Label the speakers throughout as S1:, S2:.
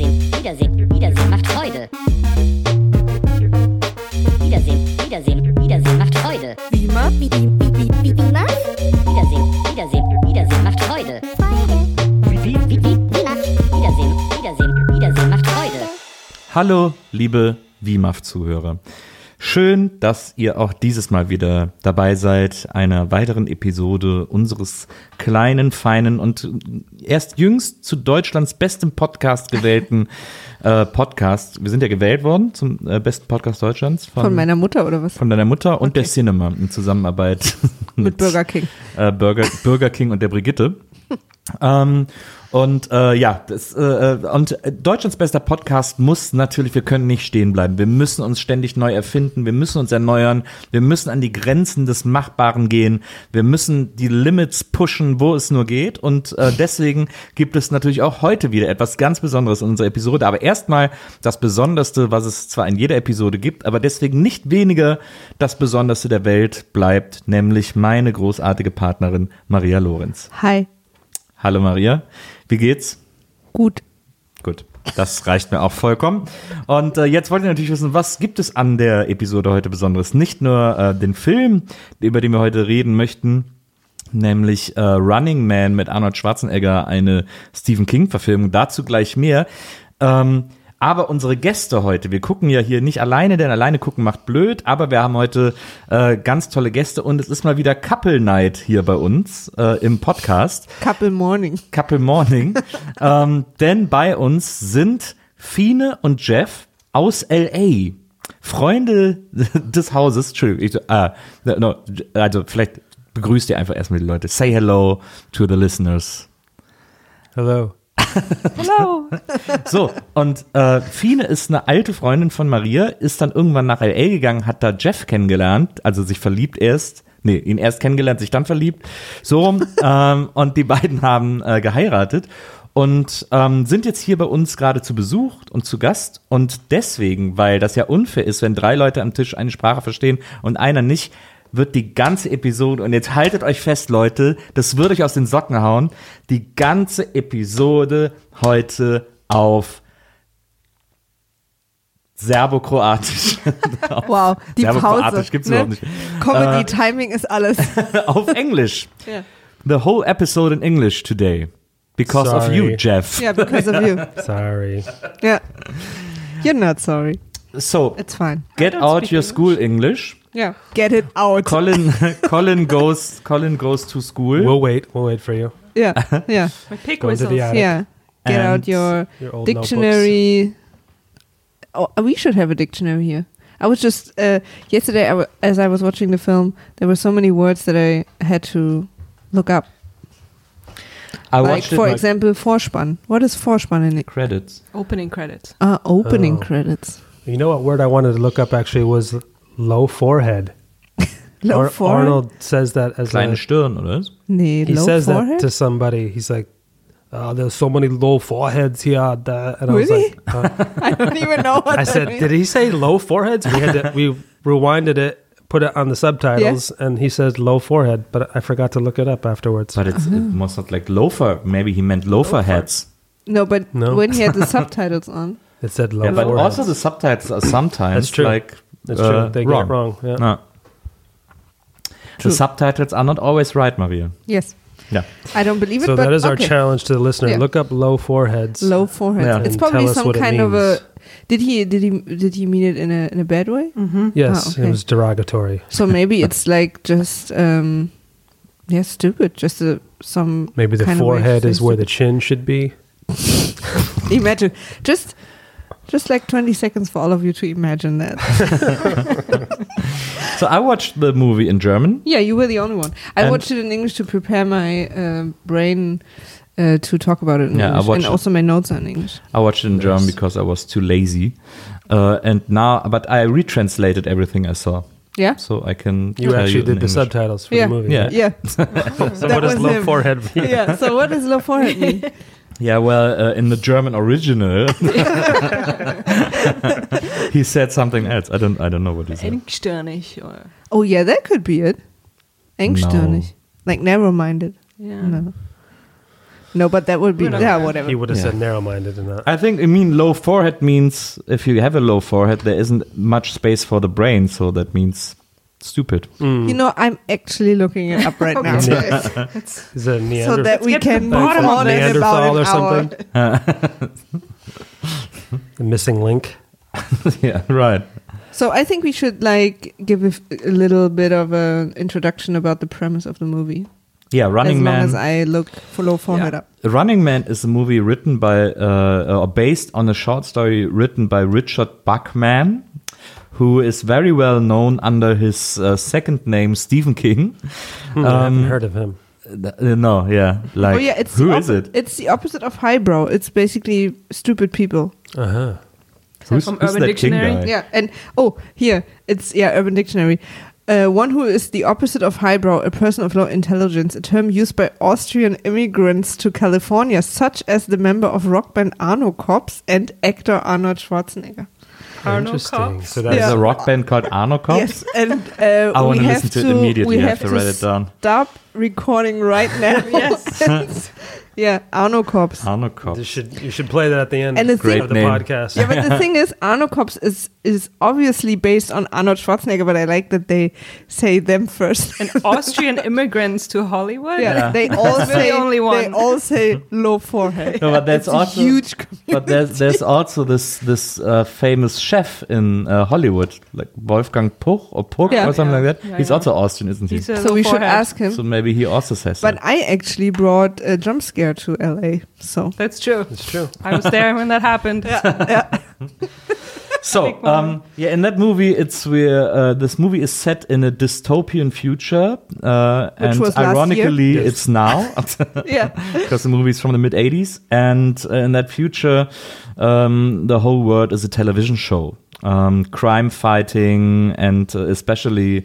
S1: Wiedersehen, Wiedersehen macht Freude. Wiedersehen, Wiedersehen, Wiedersehen macht Freude.
S2: Wie ma?
S3: Wie, wie, wie, wie, wie, wie macht
S1: Wiedersehen, Wiedersehen, Wiedersehen macht Freude.
S3: Freude?
S1: Wie, wie, wie,
S3: Wie macht
S1: Wiedersehen, Wiedersehen, Wiedersehen macht Freude.
S4: Hallo, liebe WIMAF-Zuhörer. Schön, dass ihr auch dieses Mal wieder dabei seid, einer weiteren Episode unseres kleinen, feinen und äh, erst jüngst zu Deutschlands bestem Podcast gewählten äh, Podcast. Wir sind ja gewählt worden zum äh, besten Podcast Deutschlands von,
S2: Von meiner Mutter oder was?
S4: von deiner Mutter und der Cinema in Zusammenarbeit
S2: Mit Burger King.
S4: äh, Burger, Burger King und der Brigitte. ähm, und äh, ja, das, äh, äh, und äh, Deutschlands bester Podcast muss natürlich, wir können nicht stehen bleiben. Wir müssen uns ständig neu erfinden, wir müssen uns erneuern, wir müssen an die Grenzen des Machbaren gehen, wir müssen die Limits pushen, wo es nur geht. Und äh, deswegen gibt es natürlich auch heute wieder etwas ganz Besonderes in unserer Episode. Aber erstmal das Besonderste, was es zwar in jeder Episode gibt, aber deswegen nicht weniger das Besonderste der Welt bleibt, nämlich meine großartige Partnerin Maria Lorenz.
S2: Hi.
S4: Hallo Maria, wie geht's?
S2: Gut.
S4: Gut, das reicht mir auch vollkommen. Und äh, jetzt wollt ihr natürlich wissen, was gibt es an der Episode heute Besonderes? Nicht nur äh, den Film, über den wir heute reden möchten, nämlich äh, Running Man mit Arnold Schwarzenegger, eine Stephen King-Verfilmung, dazu gleich mehr. Ähm, aber unsere Gäste heute, wir gucken ja hier nicht alleine, denn alleine gucken macht blöd, aber wir haben heute äh, ganz tolle Gäste und es ist mal wieder Couple Night hier bei uns äh, im Podcast.
S2: Couple Morning.
S4: Couple Morning. ähm, denn bei uns sind Fine und Jeff aus L.A. Freunde des Hauses. Entschuldigung. Ich, ah, no, also vielleicht begrüßt ihr einfach erstmal die Leute. Say hello to the listeners.
S5: Hello.
S2: Hello.
S4: So, und äh, Fine ist eine alte Freundin von Maria, ist dann irgendwann nach L.A. gegangen, hat da Jeff kennengelernt, also sich verliebt erst. Nee, ihn erst kennengelernt, sich dann verliebt. So rum. ähm, und die beiden haben äh, geheiratet und ähm, sind jetzt hier bei uns gerade zu Besuch und zu Gast. Und deswegen, weil das ja unfair ist, wenn drei Leute am Tisch eine Sprache verstehen und einer nicht, wird die ganze Episode, und jetzt haltet euch fest, Leute, das würde ich aus den Socken hauen, die ganze Episode heute auf Serbokroatisch.
S2: Wow. Die Pause. ne?
S4: Serbokroatisch gibt's überhaupt nicht. Äh.
S2: Comedy, Timing ist alles.
S4: auf Englisch.
S2: Ja.
S4: The whole episode in English today. Because of
S5: Sorry.
S4: you, Jeff.
S2: Yeah, because of you.
S5: Sorry.
S2: Yeah. You're not sorry.
S4: So,
S2: It's fine.
S4: get out your school English.
S2: Yeah. Get it out.
S4: Colin, Colin goes, Colin goes to school.
S5: We'll wait. We'll wait for you.
S2: yeah. Yeah.
S6: Pig
S5: Go into
S6: whistles.
S5: the attic.
S2: Yeah. Get
S4: And
S2: out your,
S5: your old
S2: dictionary. Oh, we should have a dictionary here. I was just uh, yesterday, I w- as I was watching the film, there were so many words that I had to look up.
S4: I
S2: like,
S4: watched it
S2: for
S4: my
S2: example, Vorspann. What is Vorspann in
S4: credits.
S6: Opening credits.
S2: Uh, opening
S5: Oh.
S2: credits.
S5: You know what word I wanted to look up actually was low forehead.
S2: Low
S5: Ar-
S2: forehead?
S5: Arnold says that as
S4: Kleine
S5: a,
S4: Stirn, oder? was?
S2: Nee,
S5: he
S2: low
S5: says
S2: forehead?
S5: that to somebody. He's like, uh, "There's so many low foreheads here." That, and I was
S2: Really?
S5: like, uh,
S2: I don't even know what
S5: "I
S2: that
S5: said,
S2: means.
S5: did he say low foreheads?" We had to, we rewinded it, put it on the subtitles, and he says low forehead, but I forgot to look it up afterwards.
S4: But it's, it was not like loafer. Maybe he meant loafer heads.
S2: No, but
S5: No.
S2: when he had the subtitles on.
S5: It said low
S4: Yeah, but
S5: forehead.
S4: also the subtitles are sometimes
S5: That's true.
S4: like
S5: That's
S4: uh,
S5: true. They get
S4: wrong.
S5: it wrong. Yeah.
S4: No. The subtitles are not always right, Maria.
S2: Yes.
S4: Yeah.
S2: I don't believe it,
S5: So
S2: but
S5: that is our
S2: okay.
S5: challenge to the listener.
S2: Yeah.
S5: Look up low foreheads.
S2: Low forehead.
S4: Yeah.
S2: It's
S5: And
S2: probably
S5: tell us
S2: some
S5: what it
S2: kind of a.
S5: means.
S2: Did he did he did he mean it in a in a bad way?
S5: Yes,
S2: Oh, okay.
S5: it was derogatory.
S2: So maybe it's like just um, yeah, stupid. Just a, some
S5: Maybe the
S2: kind of way to
S5: forehead
S2: say
S5: is where the
S2: stupid.
S5: chin should be.
S2: imagine just just like twenty seconds for all of you to imagine that.
S4: So I watched the movie in German.
S2: Yeah, you were the only one. I
S4: And-
S2: watched it in English to prepare my uh, brain uh, to talk about it in
S4: Yeah, I
S2: English, and
S4: watched it.
S2: also my notes are in English.
S4: I watched it in German because I was too lazy. Uh, and now, but I retranslated everything I saw.
S2: Yeah,
S4: So I can.
S5: You
S4: tell
S5: actually
S4: in
S5: did the
S4: English.
S5: subtitles for
S2: yeah,
S5: the movie.
S4: Yeah.
S2: yeah,
S5: right? So
S2: That
S5: what does
S2: was
S5: low
S2: him.
S5: forehead mean?
S2: yeah. So what does low forehead mean?
S4: Yeah, well, uh, in the German original, he said something else. I don't, I don't know what he said.
S6: Engstirnig. Or,
S2: Oh yeah, that could be it. Engstirnig,
S4: No.
S2: like narrow-minded.
S6: yeah.
S2: No, No, but that would be yeah, whatever.
S5: He would have
S4: Yeah.
S5: said narrow-minded and not.
S4: I think I mean low forehead means if you have a low forehead, there isn't much space for the brain, so that means stupid.
S5: Hmm.
S2: You know, I'm actually looking it up right now, so
S5: Is it a Neander-
S2: that we can bottom on it in about
S5: Neanderthal
S2: an
S5: or
S2: hour.
S5: something? The missing link.
S4: yeah, right.
S2: So I think we should like give a, f- a little bit of an introduction about the premise of the movie.
S4: Yeah, Running
S2: as long
S4: Man.
S2: as I look for low forehead up.
S4: Running Man is a movie written by uh, or based on a short story written by Richard Bachman, who is very well known under his uh, second name Stephen King.
S5: Hmm, I
S4: Um,
S5: haven't heard of him.
S4: Th- uh, No, yeah, like
S2: oh yeah, it's
S4: who
S2: the
S4: is
S2: oppo-
S4: it?
S2: It's the opposite of highbrow. It's basically stupid people.
S5: Uh huh.
S4: Who's,
S6: from
S4: who's
S6: Urban
S4: that
S6: Dictionary?
S4: King guy?
S2: Yeah, and oh, here it's yeah, Urban Dictionary. Uh, one who is the opposite of highbrow, a person of low intelligence, a term used by Austrian immigrants to California, such as the member of rock band Arno Kops and actor Arnold Schwarzenegger.
S6: Arno
S5: Interesting.
S6: Kopf.
S5: So that's
S4: There's
S2: Yeah.
S4: a rock band called Arno Kopf.
S2: Yes, and uh,
S4: I
S2: we
S4: wanna
S2: have
S4: listen to it immediately
S2: We have
S4: after I write it down.
S2: Stop recording right now. yes. yeah, Arno Kops.
S4: Arno Kopf.
S5: You should you should play that at the end
S2: And the
S5: of
S2: thing-
S5: the
S4: Great name.
S5: podcast.
S2: Yeah, but the thing is, Arno Kops is is obviously based on Arnold Schwarzenegger, but I like that they say them first.
S6: And Austrian immigrants to Hollywood.
S2: yeah,
S4: Yeah.
S2: they all
S6: That's the
S2: say
S6: only one.
S2: they all say low forehead.
S4: No, but that's
S2: It's a
S4: also-
S2: huge. com-
S4: But there's, there's also this this uh, famous chef in uh, Hollywood, like Wolfgang Puch or Puch
S2: Yeah.
S4: or something
S6: Yeah.
S4: like that.
S6: Yeah,
S4: He's
S6: yeah.
S4: also Austrian, isn't he?
S6: He's a
S2: So we should
S6: forehead.
S2: ask him.
S4: so maybe he also says
S2: but
S4: that.
S2: I actually brought a jump scare to LA, so
S6: That's true.
S5: It's true.
S6: I was there when that happened.
S4: So, um, yeah, in that movie, it's where uh, this movie is set in a dystopian future, uh, and
S2: was last year.
S4: ironically,
S5: Yes.
S4: it's now.
S2: yeah,
S4: because the movie's from the mid 80s. And uh, in that future, um, the whole world is a television show. Um, crime fighting and uh, especially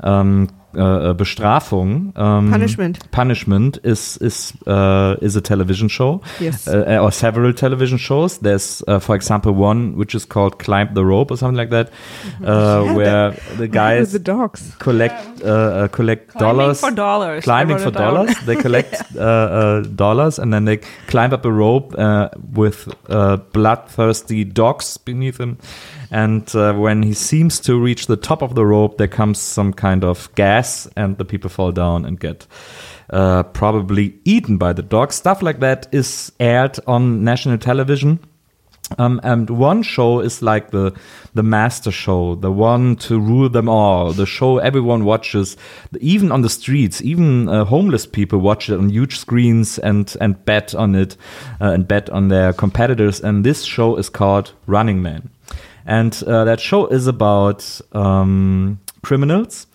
S4: um, uh, Bestrafung. Um,
S2: Punishment.
S4: Punishment is is uh, is a television show,
S2: Yes.
S4: uh, or several television shows. There's, uh, for example, one which is called "Climb the Rope" or something like that, uh, where the
S2: with
S4: guys
S2: the dogs.
S4: collect uh, uh, collect
S6: Climbing
S4: dollars
S6: for dollars. I
S4: climbing
S6: wrote
S4: for
S6: it down.
S4: dollars. They collect uh, uh, dollars and then they climb up a rope uh, with uh, bloodthirsty dogs beneath him. And uh, when he seems to reach the top of the rope, there comes some kind of gas, and the people fall down and get uh, probably eaten by the dogs. Stuff like that is aired on national television. Um, and one show is like the the master show, the one to rule them all, the show everyone watches, even on the streets, even uh, homeless people watch it on huge screens and and bet on it, uh, and bet on their competitors. And this show is called Running Man, and uh, that show is about um, criminals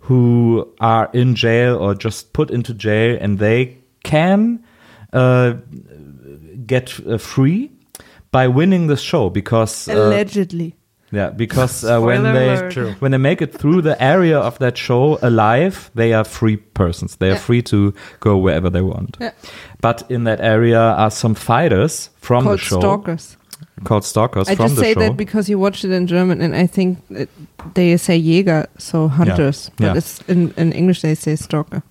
S4: who are in jail or just put into jail, and they can uh, get uh, free by winning the show because uh,
S2: Allegedly,
S4: yeah because uh, when
S6: Spoiler
S4: they
S6: alert. True.
S4: when they make it through the area of that show alive they are free persons they are free to go wherever they want but in that area are some fighters from
S2: called
S4: the show
S2: stalkers.
S4: called stalkers
S2: I
S4: from
S2: just
S4: the
S2: say
S4: show
S2: that because you watched it in German, and I think it, they say Jäger, so hunters, but
S4: Yeah.
S2: it's in, in English they say stalker.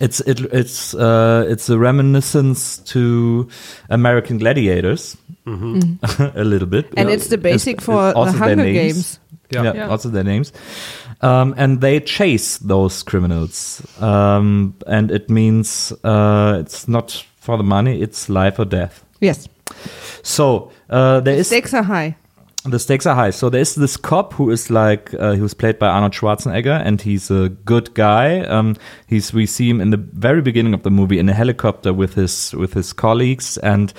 S4: it's it, it's uh, it's a reminiscence to American gladiators a little bit
S2: And
S4: Yeah.
S2: it's the basic
S4: It's-
S2: for
S4: it's also
S2: the
S4: their
S2: Hunger
S4: names.
S2: Games.
S5: Yeah.
S4: Yeah,
S6: Yeah.
S4: also their names. Um, and they chase those criminals. Um, and it means uh, it's not for the money, it's life or death.
S2: Yes,
S4: So uh, there is
S2: stakes are high.
S4: the stakes are high. So there's this cop who is like uh, he was played by Arnold Schwarzenegger, and he's a good guy. Um, he's we see him in the very beginning of the movie in a helicopter with his with his colleagues, and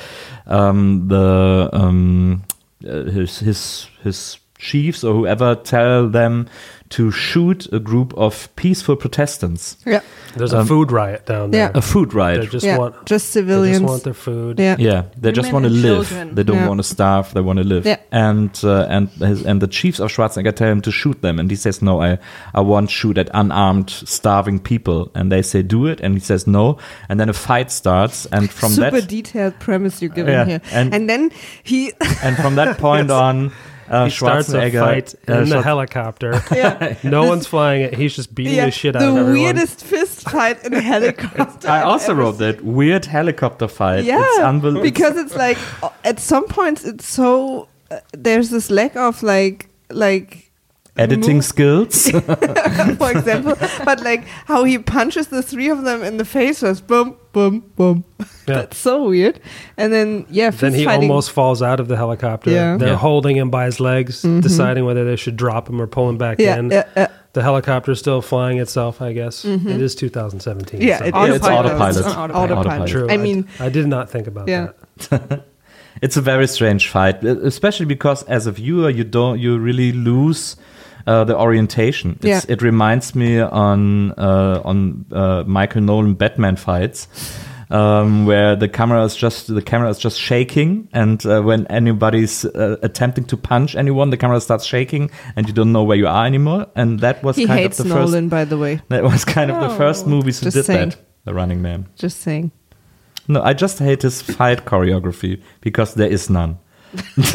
S4: um, the um, uh, his his his chiefs or whoever tell them to shoot a group of peaceful protestants.
S2: Yeah,
S5: There's a food riot down
S2: yeah.
S5: there.
S4: Um, A food
S5: They
S4: riot.
S5: just
S2: yeah,
S5: want
S2: just
S5: they
S2: civilians.
S5: just want their food.
S2: yeah.
S4: Yeah, they just
S6: Women
S4: want to
S6: and
S4: live.
S6: children.
S4: They don't
S2: Yeah.
S4: want to starve. They want to live.
S2: Yeah.
S4: And uh, and his, and the chiefs of Schwarzenegger tell him to shoot them, and he says no. I I won't shoot at unarmed starving people. And they say do it, and he says no. And then a fight starts, and from
S2: Super
S4: that
S2: detailed premise you're giving
S4: Yeah,
S2: here,
S4: and-
S2: and, then he
S4: and from that point on. Äh,
S5: he starts a
S4: Schwarzenegger,
S5: fight in
S4: äh,
S5: the
S4: Schwarz-
S5: helicopter.
S2: Yeah.
S5: No one's flying it. He's just beating
S2: Yeah,
S5: the shit out
S2: the
S5: of everyone.
S2: weirdest fist fight in a helicopter.
S4: I
S2: I've
S4: also
S2: ever
S4: wrote that weird helicopter fight.
S2: Yeah,
S4: it's unbelievable.
S2: because it's like uh, at some points it's so uh, there's this lack of like like
S4: editing
S2: move-
S4: skills.
S2: for example, but like how he punches the three of them in the face first, boom, boom, boom.
S5: Yeah.
S2: That's so weird. And then yeah, fist
S5: Then he
S2: fighting.
S5: almost falls out of the helicopter.
S2: Yeah. Mm-hmm.
S5: They're
S4: Yeah.
S5: holding him by his legs, deciding whether they should drop him or pull him back
S2: yeah,
S5: in.
S2: yeah, uh, yeah,
S5: The helicopter's still flying itself, I guess. It is 2017.
S2: yeah.
S5: so-
S2: it
S6: Autopilot.
S2: is.
S6: It's autopilot. It's on autopilot.
S4: Autopilot.
S5: True.
S2: I mean,
S5: I, did not think about
S2: Yeah.
S5: that.
S4: it's a very strange fight, uh, especially because as a viewer, you don't you really lose uh, the orientation. It's,
S2: Yeah.
S4: It reminds me on uh, on uh, Michael Nolan Batman fights. Um, where the camera is just the camera is just shaking, and uh, when anybody's uh, attempting to punch anyone, the camera starts shaking, and you don't know where you are anymore. And that was
S2: he
S4: kind
S2: hates
S4: of the first.
S2: Nolan, by the way.
S4: That was kind of the first movies who
S2: Just
S4: did
S2: saying.
S4: that. The Running Man.
S2: Just saying.
S4: No, I just hate his fight choreography because there is none.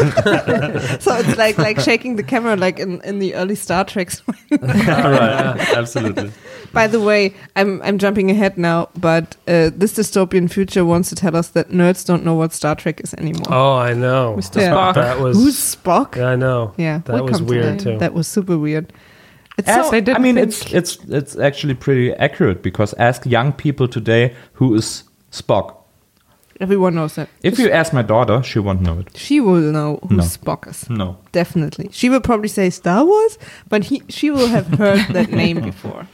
S2: So it's like like shaking the camera, like in, in the early Star Treks.
S4: right, absolutely.
S2: By the way, I'm I'm jumping ahead now, but uh, this dystopian future wants to tell us that nerds don't know what Star Trek is anymore.
S5: Oh, I know.
S2: Mr. Yeah. Spock.
S5: That was.
S2: Who's Spock?
S5: yeah, I know.
S2: Yeah,
S5: That
S2: we'll
S5: was
S2: come to
S5: weird,
S2: that.
S5: too.
S2: That was super weird. It's
S4: Ask,
S2: so-
S4: I mean, it's it's it's actually pretty accurate because ask young people today who is Spock.
S2: everyone knows that.
S4: If you ask my daughter, she won't know it.
S2: she will know who
S4: No.
S2: Spock is.
S4: No.
S2: Definitely, she will probably say Star Wars, but he, she will have heard that name before.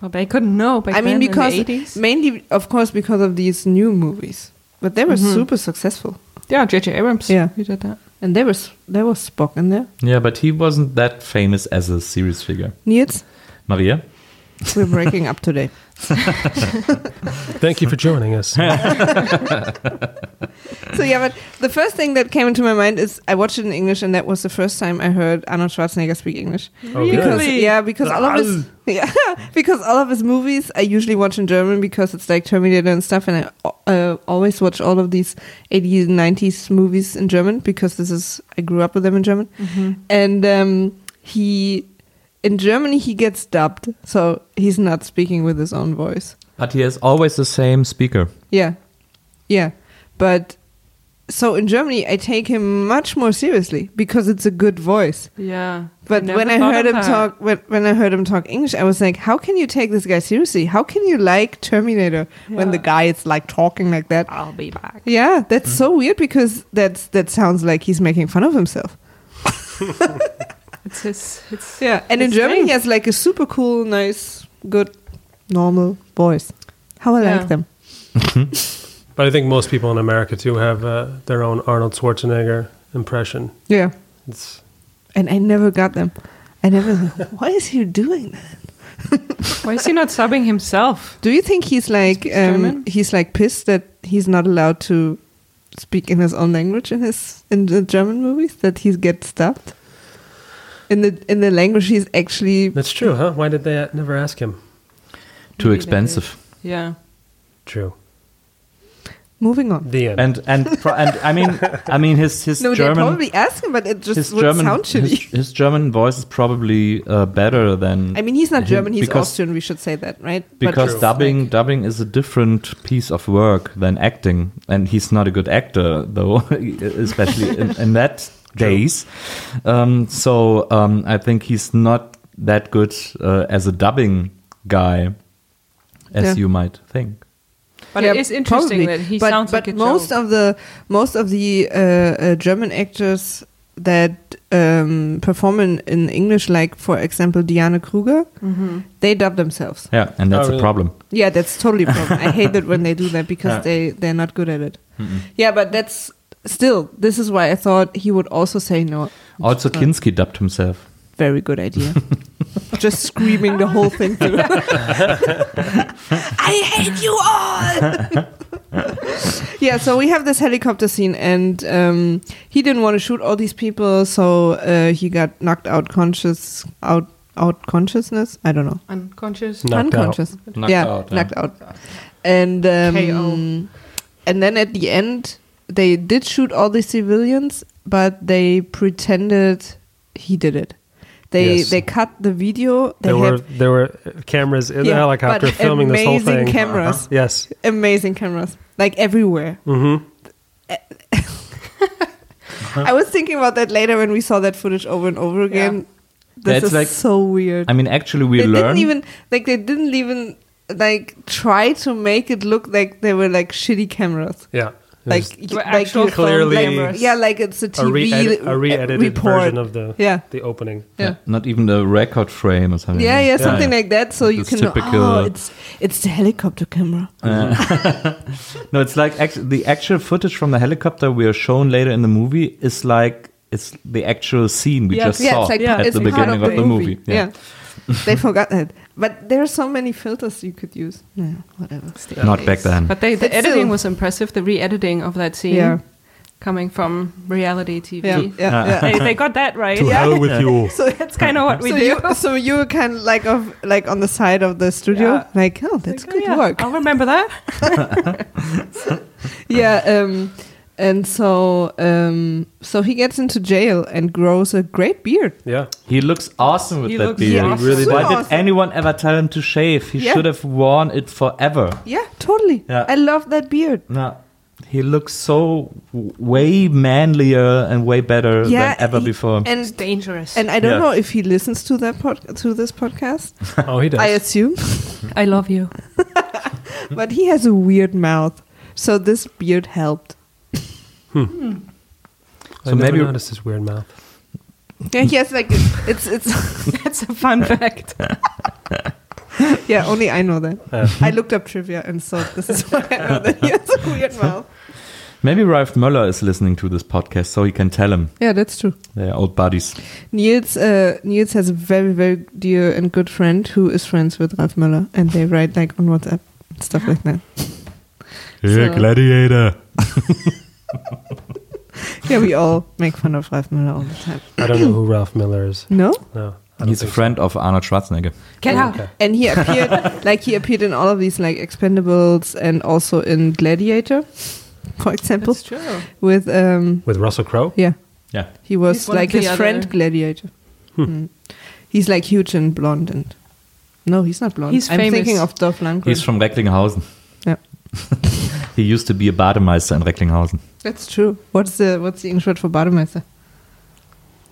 S6: Well, they couldn't know back
S2: I mean,
S6: then
S2: because
S6: in the 80s.
S2: mainly, of course, because of these new movies, but they were
S6: Mm-hmm.
S2: super successful,
S6: yeah, J.J. Abrams.
S2: Yeah.
S6: He did that.
S2: and there was there was Spock in there.
S4: Yeah, but he wasn't that famous as a series figure.
S2: Niels,
S4: Maria,
S2: we're breaking up today.
S5: Thank you for joining us.
S2: So yeah, but the first thing that came into my mind is I watched it in English, and that was the first time I heard Arnold Schwarzenegger speak English.
S5: Oh, good.
S2: Because,
S6: Really?
S2: yeah, because all of his yeah, because all of his movies I usually watch in German because it's like Terminator and stuff, and I uh, always watch all of these 80s and 90s movies in German because this is I grew up with them in German,
S5: Mm-hmm.
S2: and um, he in Germany he gets dubbed, so he's not speaking with his own voice.
S4: but he is always the same speaker.
S2: Yeah. Yeah. But so in Germany, I take him much more seriously because it's a good voice.
S6: Yeah.
S2: But when I heard him talk, when, when I heard him talk English, I was like, how can you take this guy seriously? How can you like Terminator when
S6: Yeah.
S2: the guy is like talking like that?
S6: I'll be back.
S2: Yeah, that's so weird because that's that sounds like he's making fun of himself.
S6: It's his. It's
S2: Yeah, and in
S6: his
S2: Germany,
S6: thing.
S2: he has like a super cool, nice, good, normal voice. How I
S6: Yeah.
S2: like them.
S5: But I think most people in America, too, have uh, their own Arnold Schwarzenegger impression.
S2: Yeah,
S5: It's,
S2: and I never got them. I never. Why is he doing that?
S6: Why is he not subbing himself?
S2: Do you think he's like
S6: Speaks
S2: um,
S6: German?
S2: he's like pissed that he's not allowed to speak in his own language in his in the German movies that he gets dubbed in the in the language he's actually
S5: that's true, huh? Why did they uh, never ask him?
S6: Maybe
S4: Too
S6: they
S4: expensive.
S6: Yeah.
S5: True.
S2: moving on.
S5: The end.
S4: And and pro- and I mean I mean his his
S2: No, they
S4: German
S2: probably ask him, but it
S4: his
S2: just would
S4: German
S2: sound shitty.
S4: his, his German voice is probably uh, better than
S2: I mean, he's not
S4: him
S2: German; he's
S4: because-
S2: Austrian. We should say that, right? But
S4: because
S5: True.
S4: dubbing dubbing is a different piece of work than acting and he's not a good actor though especially in, in that days um, so um, i think he's not that good uh, as a dubbing guy as
S2: Yeah.
S4: you might think
S6: But it is interesting that he
S2: uh, but,
S6: sounds
S2: but
S6: like a
S2: most
S6: joke.
S2: of the most of the uh, uh, German actors that um, perform in, in English, like for example Diane Kruger,
S6: Mm-hmm.
S2: they dub themselves.
S4: yeah and that's
S5: Oh, really?
S4: a problem
S2: Yeah, that's totally a problem. I hate it when they do that because
S4: Yeah.
S2: they they're not good at it. Yeah, but that's still this is why I thought he would also say no.
S4: also kinsky dubbed himself
S2: Very good idea. Just screaming the whole thing through. I hate you all. yeah, so we have this helicopter scene, and um, he didn't want to shoot all these people, so uh, he got knocked out conscious out out consciousness. I don't know,
S6: Unconscious.
S5: Knocked out.
S2: unconscious.
S4: Knocked
S2: yeah,
S4: out, yeah.
S2: knocked out. And um, and then at the end, they did shoot all the civilians, but they pretended he did it. They
S5: Yes.
S2: they cut the video. They
S5: There were
S2: had
S5: there were cameras in the
S2: Yeah,
S5: helicopter
S2: but
S5: filming this whole
S2: amazing
S5: thing. Uh-huh.
S2: cameras.
S5: Yes.
S2: amazing cameras, like everywhere.
S5: Mm-hmm.
S2: I was thinking about that later when we saw that footage over and over again. This
S4: That's
S2: is
S4: like-
S2: so weird.
S4: I mean, actually, we
S2: they
S4: learn.
S2: didn't even like they didn't even like try to make it look like they were like shitty cameras.
S5: Yeah.
S2: Like,
S5: There's
S2: y-
S6: Were
S2: like
S6: actual
S2: you-
S5: phone Clearly- cameras.
S2: like, yeah, like it's a TV
S5: a, re-edit, a
S2: uh,
S5: re-edited
S2: report.
S5: version of the
S2: yeah,
S5: the opening.
S2: yeah.
S4: Not even the record frame or something.
S2: Yeah, yeah, something like that. So you
S4: This
S2: can know,
S4: typical-
S2: oh, it's it's the helicopter camera.
S4: Uh, No, it's like act- the actual footage from the helicopter we are shown later in the movie is like it's the actual scene we
S6: Yeah,
S4: just
S6: yeah,
S4: saw
S2: it's like
S4: at
S2: it's
S4: the
S2: part
S4: beginning of the, movie.
S2: Yeah, they forgot that. But there are so many filters you could use. Yeah, whatever.
S4: Not back then.
S6: But they, the
S2: But still.
S6: editing was impressive. The re-editing of that scene,
S2: Yeah.
S6: coming from reality TV.
S2: Yeah, yeah, yeah.
S6: They, they got that right.
S5: To hell with you.
S2: So
S6: That's kind of what we
S2: so
S6: do.
S2: you, so you were kind of like of like on the side of the studio,
S6: Yeah.
S2: like oh,
S6: Like,
S2: that's
S6: oh
S2: good
S6: yeah,
S2: work.
S6: I'll remember that.
S2: Yeah, um, and so um, so he gets into jail and grows a great beard.
S5: Yeah.
S4: He looks awesome with
S6: He
S4: that
S6: looks
S4: beard.
S2: awesome. He really
S4: Why
S2: does.
S4: did
S2: Awesome.
S4: anyone ever tell him to shave? He
S2: Yeah.
S4: should have worn it forever.
S2: Yeah, totally.
S4: Yeah.
S2: I love that beard.
S4: No, he looks so w- way manlier and way better
S2: Yeah,
S4: than ever
S2: he-
S4: before.
S6: It's
S2: And
S6: dangerous.
S2: and I don't
S4: Yeah.
S2: know if he listens to that pod, to this podcast.
S5: Oh, he does.
S2: I assume,
S6: I love you.
S2: but he has a weird mouth, so this beard helped.
S5: I
S4: So
S5: never
S4: maybe-
S5: noticed his weird mouth.
S2: Yeah, he has like it's it's
S6: That's a fun fact.
S2: yeah. Only I know that.
S5: Uh,
S2: I looked up trivia and so this is why I know that he has a weird mouth.
S4: Maybe Ralph Möller is listening to this podcast, so he can tell him
S2: Yeah, that's true.
S4: they're old buddies.
S2: Niels uh, Niels has a very very dear and good friend who is friends with Ralf Möller, and they write like on WhatsApp and stuff like that. Yeah, So-
S4: gladiator.
S2: Yeah, we all make fun of Ralf Möller all the time.
S5: I don't know who Ralph Miller is.
S2: No,
S5: No. I don't
S4: He's a
S5: think so.
S4: friend of Arnold Schwarzenegger.
S6: Get out.
S5: Okay.
S2: and he appeared like he appeared in all of these like Expendables and also in Gladiator, for example,
S6: That's true.
S2: with um
S5: With Russell Crowe?
S2: yeah
S4: Yeah.
S2: he was
S6: He's one of
S2: like
S6: the
S2: his
S6: other-
S2: friend Gladiator.
S4: Hmm.
S2: Mm. He's like huge and blonde and. No, he's not blonde.
S6: He's
S2: I'm
S6: famous.
S2: thinking of Dolph Lundgren.
S4: He's from Recklinghausen.
S2: Yeah.
S4: he used to be a Bademeister in Recklinghausen.
S2: That's true. What's the what's the English word for Bademeister?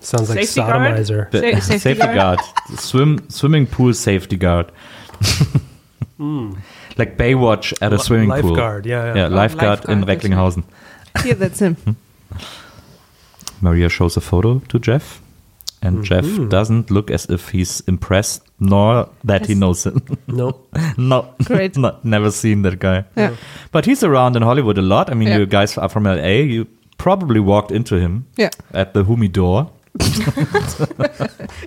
S5: Sounds like
S6: Safety guard?
S5: sodomizer.
S4: The
S6: Sa- safety guard.
S4: Swim, swimming pool safety guard.
S6: Mm.
S4: Like Baywatch at a
S5: Li-
S4: swimming pool.
S5: lifeguard, yeah, yeah.
S4: Yeah,
S5: Oh,
S4: lifeguard, in
S6: lifeguard, that's
S4: Recklinghausen.
S2: Yeah, that's him.
S4: Hmm. Maria shows a photo to Jeff, and
S6: Mm-hmm.
S4: Jeff doesn't look as if he's impressed, nor that he knows him.
S5: No.
S4: no,
S2: Great.
S4: Not- never seen that guy.
S2: Yeah.
S4: But he's around in Hollywood a lot. I mean,
S2: Yeah.
S4: you guys are from LA. You probably walked into him
S2: Yeah.
S4: at the Humi door.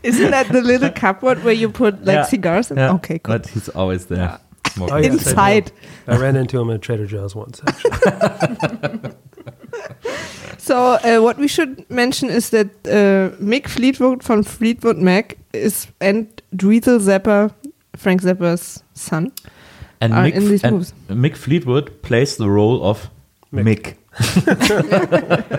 S2: Isn't that the little cupboard where you put like
S4: Yeah.
S2: cigars? And,
S4: Yeah.
S2: Okay, cool.
S4: But he's always there. smoking.
S5: Oh, yes, I do.
S2: Inside.
S5: I ran into him at Trader Joe's once. Actually.
S2: So uh, what we should mention is that uh, Mick Fleetwood from Fleetwood Mac is and Dweezil Zappa, Frank Zappa's son.
S4: And,
S2: are
S4: Mick,
S2: uh, in these
S4: and
S2: movies.
S4: Mick Fleetwood plays the role of Mick.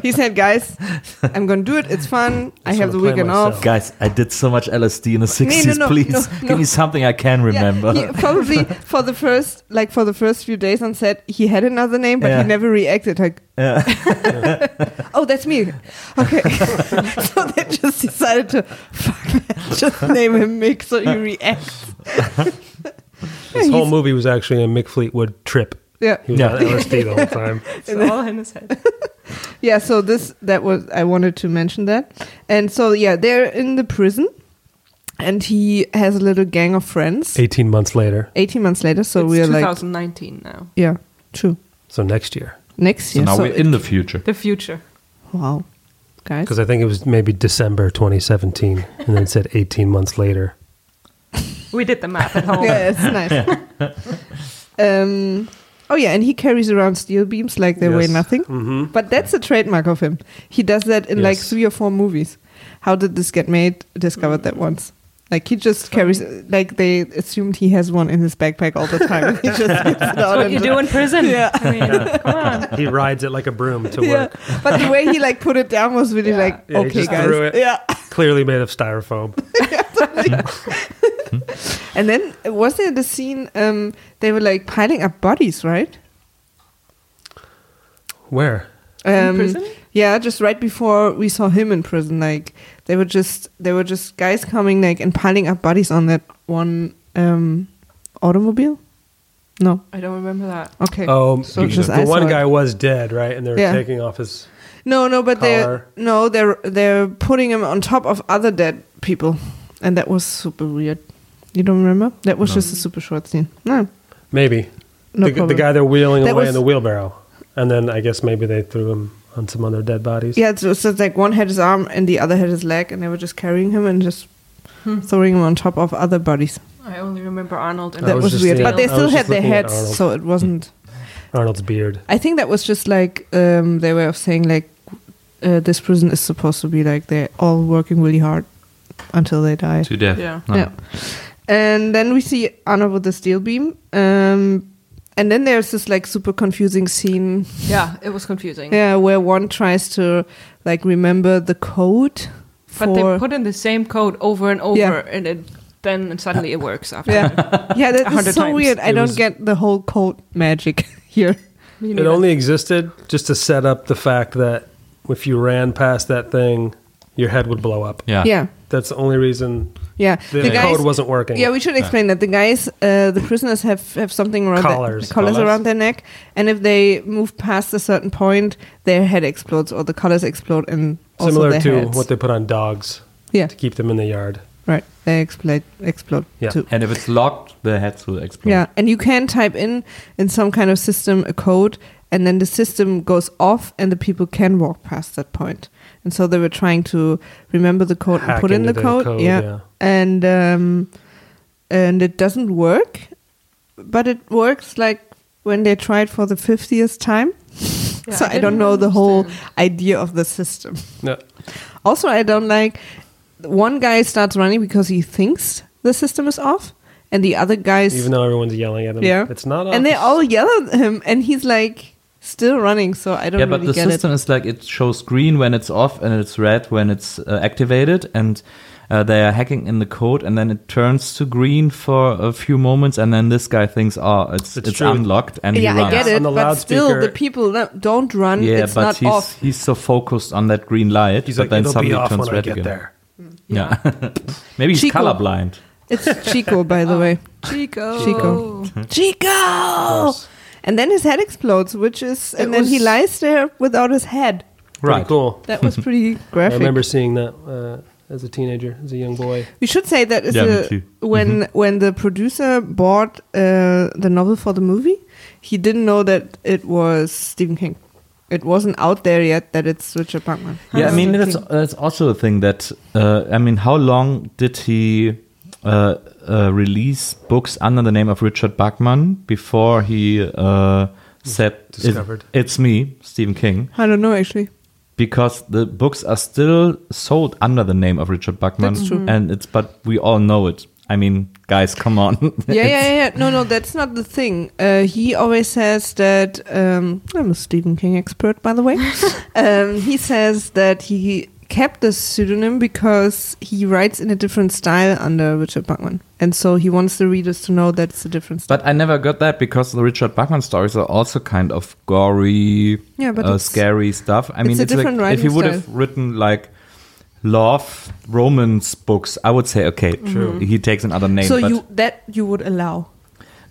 S2: He said, "Guys, I'm gonna do it. It's fun. I
S5: Just
S2: have
S5: wanna
S2: the
S5: play
S2: weekend
S5: myself.
S2: off."
S4: Guys, I did so much LSD in the 60s.
S2: no,
S4: Please
S2: no, no.
S4: give me something I can
S2: Yeah,
S4: remember.
S2: he- probably for the first like for the first few days on set, he had another name, but
S4: Yeah.
S2: he never reacted. Like,
S4: Yeah.
S2: oh, that's me. Okay, so they just decided to fuck that, just name him Mick, so he reacts.
S5: This whole
S2: he's-
S5: movie was actually a Mick Fleetwood trip.
S2: Yeah,
S5: He was
S4: Yeah.
S5: on LSD the whole time.
S6: It's all in his head.
S2: yeah. So this that was I wanted to mention that, and so yeah, they're in the prison, and he has a little gang of friends.
S5: 18 months later.
S2: Eighteen months later, so
S6: it's
S2: we're like,
S6: 2019 now.
S2: yeah, true.
S5: So next year.
S2: Next
S4: so
S2: year,
S4: now
S2: so
S4: we're in the future.
S6: The future.
S2: wow, guys.
S5: Because I think it was maybe December 2017. And then it said 18 months later.
S6: We did the math at home.
S2: yeah, it's nice. um, oh yeah, and he carries around steel beams like they weigh
S5: Yes. Mm-hmm.
S2: nothing. But that's a trademark of him. He does that in like
S5: Yes.
S2: three or four movies. How did this get made? Discovered that once. Like he just carries, like they assumed he has one in his backpack all the time. he just gets it out
S6: What
S2: and
S6: you do in prison?
S2: Yeah.
S6: I mean, come on.
S5: He rides it like a broom to
S2: yeah.
S5: work.
S2: But the way he like put it down was really
S6: Yeah.
S2: like
S5: Yeah, he
S2: okay,
S5: just
S2: guys.
S5: threw it.
S2: Yeah.
S5: Clearly made of styrofoam.
S2: And then uh, was there the scene? Um, they were like piling up bodies, right?
S5: Where?
S2: Um,
S6: prison?
S2: Yeah, just right before we saw him in prison, like they were just they were just guys coming like and piling up bodies on that one um, automobile. No,
S6: I don't remember that.
S2: okay.
S5: Oh,
S2: So
S5: because
S2: just I
S5: the one
S2: saw it.
S5: guy was dead, right? And they were
S2: Yeah.
S5: taking off his.
S2: No, no, but
S5: Car.
S2: they're no, they're they're putting him on top of other dead people, and that was super weird. You don't remember? That was just a super short scene. No,
S5: Maybe.
S2: no
S5: the, the
S2: problem.
S5: guy they're wheeling
S2: That
S5: away
S2: was-
S5: in the wheelbarrow. And then I guess maybe they threw him on some other dead bodies.
S2: Yeah, so it's just like one had his arm and the other had his leg, and they were just carrying him and just throwing him on top of other bodies.
S6: I only remember Arnold and
S5: I
S2: That
S5: was
S2: was,
S5: just
S2: weird.
S5: thinking-
S2: But they
S5: I
S2: still
S5: was
S2: had
S5: just
S2: their
S5: looking at
S2: heads,
S5: Arnold.
S2: so it
S5: Hmm.
S2: wasn't.
S5: Arnold's beard.
S2: I think that was just like um, they were saying like uh, this prison is supposed to be like they're all working really hard until they die.
S4: To death.
S6: Yeah.
S4: No.
S2: Yeah. And then we see Anna with the steel beam. Um, and then there's this like super confusing scene
S6: Yeah, it was confusing.
S2: yeah, where one tries to like remember the code for
S6: But they put in the same code over and over,
S2: Yeah.
S6: and it, then suddenly it works. After
S2: yeah, yeah,
S6: A
S2: that
S6: hundred
S2: is so
S6: times.
S2: weird. I
S5: It
S2: don't
S5: was-
S2: get the whole code magic here.
S6: Me
S5: It
S6: neither.
S5: only existed just to set up the fact that if you ran past that thing, your head would blow up.
S4: Yeah.
S2: Yeah,
S5: That's the only reason
S2: yeah.
S5: Ah. the, code wasn't working.
S2: Yeah, we should explain that the guys, uh, the prisoners have have something around
S5: Collars.
S2: their, collars,
S4: Collars.
S2: around their neck, and if they move past a certain point, their head explodes or the collars explode, and also
S5: Similar
S2: their
S5: to
S2: heads.
S5: what they put on dogs
S2: yeah,
S5: to keep them in the yard.
S2: right. They explode, explode
S5: Yeah.
S2: too.
S4: And if it's locked, the heads will explode.
S2: Yeah, and you can type in in some kind of system a code, and then the system goes off, and the people can walk past that point. And so they were trying to remember the code
S5: Hack
S2: and put in
S5: into
S2: the,
S5: the
S2: code.
S5: code,
S2: yeah.
S5: yeah.
S2: and um, and it doesn't work, but it works like when they tried for the fiftieth time.
S6: Yeah,
S2: so
S6: I
S2: I, don't
S6: didn't
S2: know the whole
S6: understand.
S2: idea of the system.
S5: No,
S2: Also, I don't like one guy starts running because he thinks the system is off, and the other guys
S5: even though everyone's yelling at him.
S2: yeah,
S5: It's not
S2: And they
S5: off.
S2: all yell at him, and he's like still running. So I don't
S4: yeah,
S2: really
S4: but the
S2: get
S4: system is like it shows green when it's off and it's red when it's uh, activated, and uh, they are hacking in the code, and then it turns to green for a few moments, and then this guy thinks, "Oh, it's
S5: It's
S4: it's,
S5: true.
S4: unlocked," and
S2: it.
S4: he
S2: Yeah, I
S4: runs.
S2: get it,
S5: On the
S2: but still, the
S5: loudspeaker-
S2: people no- don't run.
S4: Yeah,
S2: it's
S4: but
S2: not
S4: he's
S2: off.
S4: he's so focused on that green light,
S5: He's
S4: but
S5: like,
S4: then
S5: it'll
S4: suddenly
S5: be off
S4: turns
S5: when I
S4: red
S5: get
S4: again.
S5: there.
S4: Yeah, maybe he's
S2: Chico.
S4: colorblind.
S2: It's Chico, by
S5: Oh.
S2: the way.
S6: Chico.
S2: Chico. Chico.
S5: Hmm.
S2: Oh.
S5: Gross.
S2: And then his head explodes, which is, and
S6: It
S2: then he
S6: was-
S2: lies there without his head.
S5: Pretty
S4: Right.
S5: cool.
S2: That was pretty graphic.
S5: I remember seeing that uh, as a teenager, as a young boy.
S2: We should say that is
S4: Yeah, me
S2: a-
S4: too. Mm-hmm.
S2: when when the producer bought uh, the novel for the movie, he didn't know that it was Stephen King. It wasn't out there yet that it's Richard Bachman.
S4: Yeah, I mean
S2: Stephen
S4: that's
S2: King.
S4: that's also a thing that uh, I mean, how long did he uh, uh, release books under the name of Richard Bachman before he uh, said "It-
S5: Discovered.
S4: it's me, Stephen King?
S2: I don't know actually.
S4: Because the books are still sold under the name of Richard Bachman,
S2: That's true.
S4: and it's but we all know it. I mean, guys, come on.
S2: Yeah,
S4: It's-
S2: yeah, yeah. No, no, that's not the thing. Uh, he always says that um, I'm a Stephen King expert, by the way. um, he says that he kept the pseudonym because he writes in a different style under Richard Bachman, and so he wants the readers to know that it's a different style.
S4: But I never got that because the Richard Bachman stories are also kind of gory,
S2: Yeah, but
S4: uh,
S2: it's-
S4: scary stuff. I mean,
S2: it's a different
S4: like, if he
S2: writing
S4: would have written like love romance books, I would say okay, true. He takes another name.
S2: Mm-hmm. so
S4: but
S2: you that you would allow?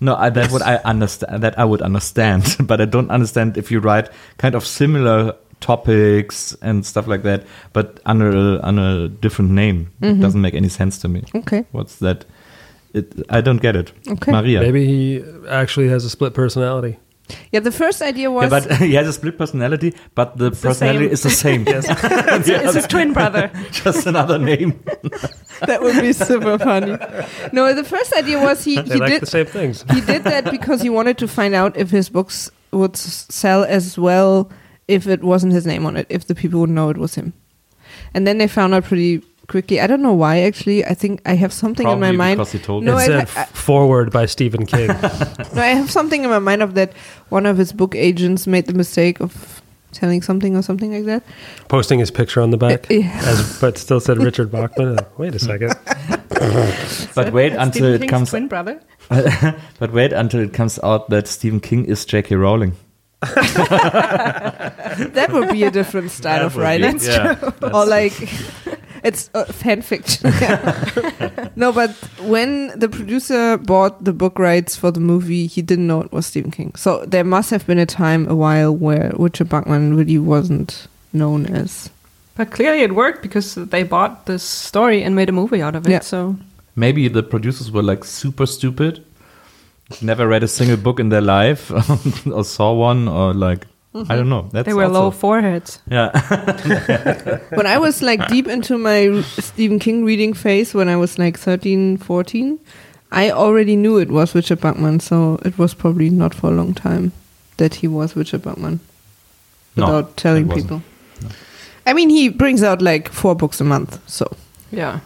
S4: no, I, that would I understand. That I would understand, but I don't understand if you write kind of similar topics and stuff like that, but under a, under a different name.
S2: Mm-hmm.
S4: It doesn't make any sense to me.
S2: Okay.
S4: What's that? It, I don't get it.
S2: Okay.
S4: Maria.
S5: Maybe he actually has a split personality.
S2: Yeah, the first idea was
S4: Yeah, but he has a split personality, but the
S6: the
S4: personality
S6: same.
S4: is the same.
S6: It's, it's his twin brother.
S4: Just another name.
S2: that would be super funny. No, the first idea was he
S5: They
S2: he
S5: like
S2: did
S5: the same things.
S2: he did that because he wanted to find out if his books would s- sell as well if it wasn't his name on it, if the people would know it was him. And then they found out pretty quickly. I don't know why. Actually, I think I have something in my
S4: Probably
S2: mind.
S4: because he told
S2: No,
S5: it
S2: I-
S5: said
S2: I-
S5: forward by Stephen King.
S2: No, I have something in my mind of that. One of his book agents made the mistake of selling something or something like that.
S5: posting his picture on the back,
S2: Yeah.
S5: as, but still said Richard Bachman. Uh, Wait a second.
S4: But wait
S6: That's
S4: until
S6: Stephen
S4: it
S6: King's
S4: comes.
S6: twin brother.
S4: But wait until it comes out that Stephen King is J.K. Rowling.
S2: That would be a different style of writing. or like it's uh, fan fiction. no, but when the producer bought the book rights for the movie, he didn't know it was Stephen King. So there must have been a time, a while, where Richard Bachman really wasn't known as.
S6: But clearly it worked because they bought this story and made a movie out of it.
S2: Yeah.
S6: So
S4: Maybe the producers were like super stupid, never read a single book in their life, or saw one, or like I don't know. That's
S6: they were low
S4: also-
S6: foreheads.
S4: Yeah,
S2: When I was like deep into my Stephen King reading phase, when I was like 13, 14, I already knew it was Richard Bachman. So it was probably not for a long time that he was Richard Bachman.
S4: No,
S2: without telling
S4: it
S2: people.
S4: wasn't.
S2: I mean, he brings out like four books a month, so
S6: Yeah.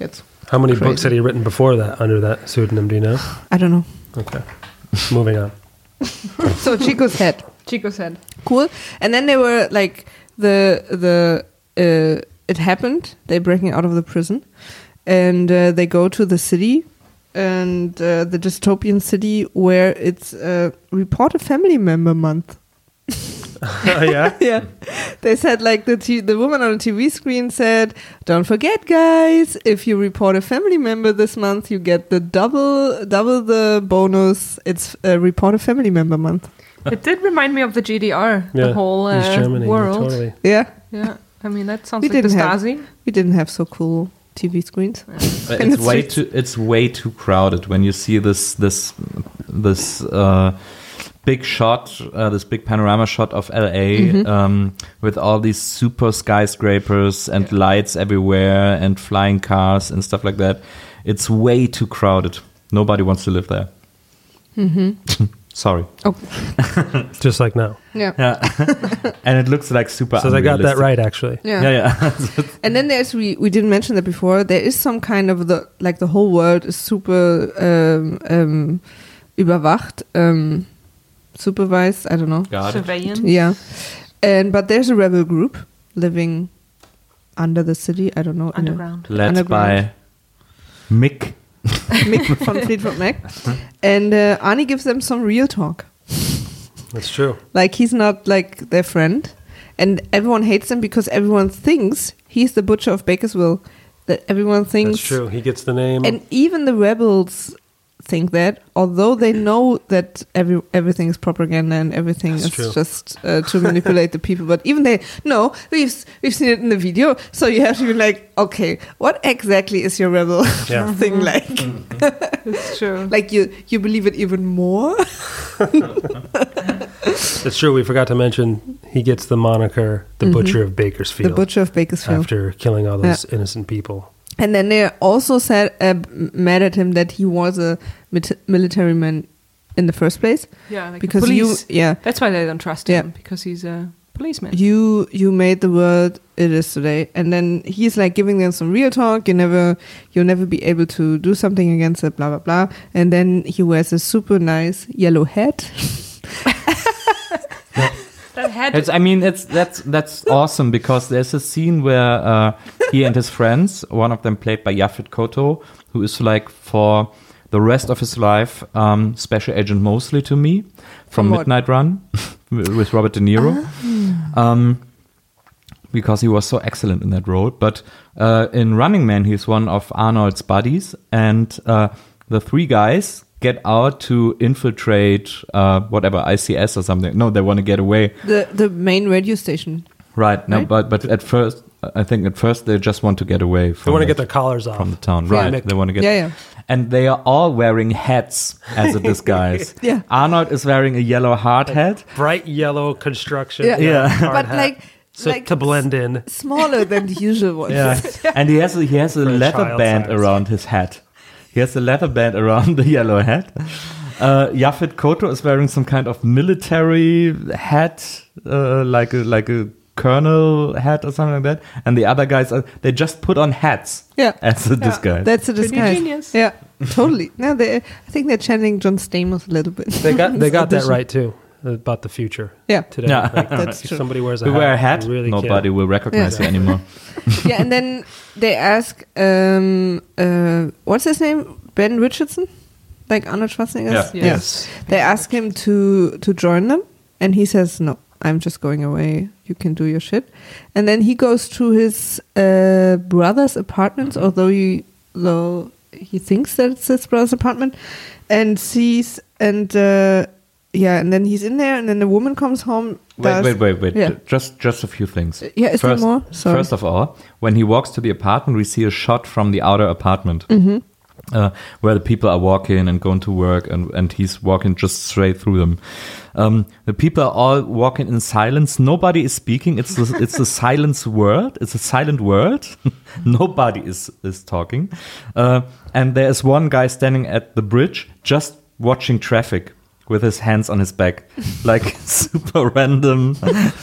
S2: that's
S5: How many
S2: Crazy.
S5: books had he written before that under that pseudonym? Do you know?
S2: I don't know.
S5: Okay. Moving on.
S2: So Chico's head,
S6: Chico said.
S2: cool. And then they were like the the uh, it happened. They're breaking out of the prison, and uh, they go to the city, and uh, the dystopian city where it's uh, report a family member month.
S5: Oh, yeah.
S2: yeah. They said like the t- the woman on the TV screen said, "Don't forget, guys, if you report a family member this month, you get the double double the bonus. It's uh, report a family member month."
S6: It did remind me of the GDR,
S5: Yeah.
S6: the whole
S5: East
S6: uh,
S5: Germany.
S6: world.
S5: Totally.
S2: Yeah,
S6: Yeah. I mean, that sounds
S2: We
S6: like the
S2: didn't have-
S6: Stasi.
S2: we didn't have so cool TV screens.
S4: But
S2: In
S4: it's
S2: the
S4: way
S2: streets.
S4: too it's way too crowded when you see this this this uh, big shot, uh, this big panorama shot of LA um, with all these super skyscrapers and lights everywhere and flying cars and stuff like that. It's way too crowded. Nobody wants to live there. Sorry.
S5: Just like now.
S2: Yeah.
S4: Yeah. and it looks like super.
S5: So they got that
S4: unrealistic.
S5: right, actually.
S2: Yeah.
S4: Yeah, yeah.
S2: and then there's we we didn't mention that before. There is some kind of the like the whole world is super um, um, überwacht, um, supervised. I don't know.
S4: Got it.
S6: Surveillance.
S2: Yeah. And but there's a rebel group living under the city. I don't know. in a-
S6: Underground.
S4: Led by Mick.
S2: Mick von Fleetwood Mac. And uh, Arnie gives them some real talk.
S5: That's true.
S2: Like he's not like their friend, and everyone hates him because everyone thinks he's the butcher of Bakersville. That everyone thinks
S5: That's true. He gets the name.
S2: and even the rebels think that, although they know that every everything is propaganda and everything
S5: That's
S2: is
S5: true.
S2: just uh, to manipulate the people. But even they, no, we've s- we've seen it in the video, so you have to be like, okay, what exactly is your rebel
S5: Yeah.
S6: Mm-hmm.
S5: Mm.
S2: thing like?
S6: It's true.
S2: Like you you believe it even more?
S5: That's true. We forgot to mention he gets the moniker the Butcher of Bakersfield
S2: Mm-hmm. The butcher of Bakersfield.
S5: after killing all those innocent people.
S2: And then they also said uh, m- mad at him that he was a mit- military man in the first place
S6: Yeah. Like
S2: because
S6: the
S2: you
S6: police.
S2: yeah
S6: That's why they don't trust
S2: Yeah.
S6: him because he's a policeman.
S2: you you made the world it is today and then he's like giving them some real talk you never you'll never be able to do something against it blah blah blah and then he wears a super nice yellow hat
S6: that had
S4: It's, I mean, it's that's that's awesome because there's a scene where uh, he and his friends, one of them played by Yafit Koto, who is like for the rest of his life um, special agent Mosley to me from
S2: From what?
S4: Midnight Run with Robert De Niro. Um, because he was so excellent in that role. But uh, in Running Man, he's one of Arnold's buddies, and uh, the three guys get out to infiltrate uh, whatever ICS or something. No, they want to get away.
S2: the the main radio station
S4: Right. No,
S2: Right?
S4: but but at first, I think at first they just want to get away. From
S5: They want
S4: the,
S5: to get their collars off.
S4: from the town.
S5: Yeah.
S4: Right.
S5: Mick.
S4: They want to get.
S2: Yeah, yeah.
S4: And they are all wearing hats as a disguise.
S2: Yeah.
S4: Arnold is wearing a yellow hard hat.
S5: Bright yellow construction.
S2: Yeah.
S4: Yeah.
S5: hard
S2: but
S5: hat.
S2: like
S5: So
S2: like
S5: to blend in.
S2: s- smaller than the usual ones
S4: Yeah. and he has a, he has a
S5: For a
S4: leather
S5: child
S4: band
S5: size.
S4: around his hat. He has a leather band around the yellow hat. Uh, Yafit Koto is wearing some kind of military hat, uh, like a like a Colonel hat or something like that, and the other guys are, they just put on hats
S2: Yeah.
S4: as a disguise.
S2: That's a disguise.
S6: genius.
S2: Yeah, totally. No, they, I think they're channeling John Stamos a little bit.
S5: They got they got that
S2: Audition.
S5: right too about the future
S2: Yeah.
S5: today.
S4: Yeah.
S5: Like,
S2: That's
S5: if
S2: true.
S5: somebody wears a
S4: We
S5: hat,
S4: wear a hat,
S5: you really can't-
S4: nobody will recognize
S5: Yeah.
S4: you anymore.
S2: yeah, and then they ask, um, uh, what's his name? Ben Richardson, like Arnold Schwarzenegger.
S6: Yeah. Yes.
S2: They ask him to to join them, and he says, "No, I'm just going away. You can do your shit." And then he goes to his uh, brother's apartments, although he though he thinks that it's his brother's apartment, and sees and. Uh, yeah, and then he's in there, and then the woman comes home.
S4: Wait,
S2: does-
S4: wait, wait, wait.
S2: Yeah.
S4: Ju- Just, just a few things.
S2: Uh, yeah, is there
S4: first,
S2: more? Sorry.
S4: First of all, when he walks to the apartment, we see a shot from the outer apartment,
S2: Mm-hmm.
S4: uh, where the people are walking and going to work, and and he's walking just straight through them. Um, the people are all walking in silence. Nobody is speaking. It's the, it's a silence world. It's a silent world. Nobody is is talking, uh, and there is one guy standing at the bridge just watching traffic. With his hands on his back, like super random.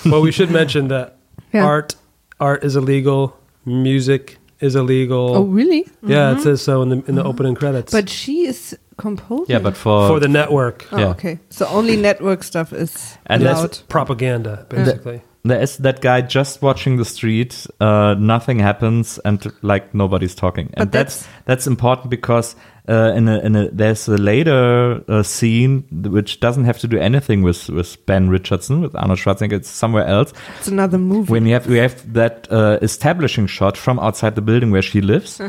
S5: well, we should mention that
S2: Yeah.
S5: art art is illegal. Music is illegal.
S2: Oh, really?
S5: Yeah, it says so in the in the opening credits.
S2: But she is composing.
S4: Yeah, but for,
S5: for the network,
S2: Oh,
S4: Yeah.
S2: okay. So only network stuff is
S4: And that's-
S2: allowed.
S5: propaganda basically.
S4: there is that guy just watching the street. Uh, nothing happens, and like nobody's talking. And
S2: But
S4: that's
S2: that's-
S4: that's, important because uh, in a, in a, there's a later uh, scene which doesn't have to do anything with with Ben Richardson with Arnold Schwarzenegger. It's somewhere else.
S2: It's another movie.
S4: When you have we have that uh, establishing shot from outside the building where she lives.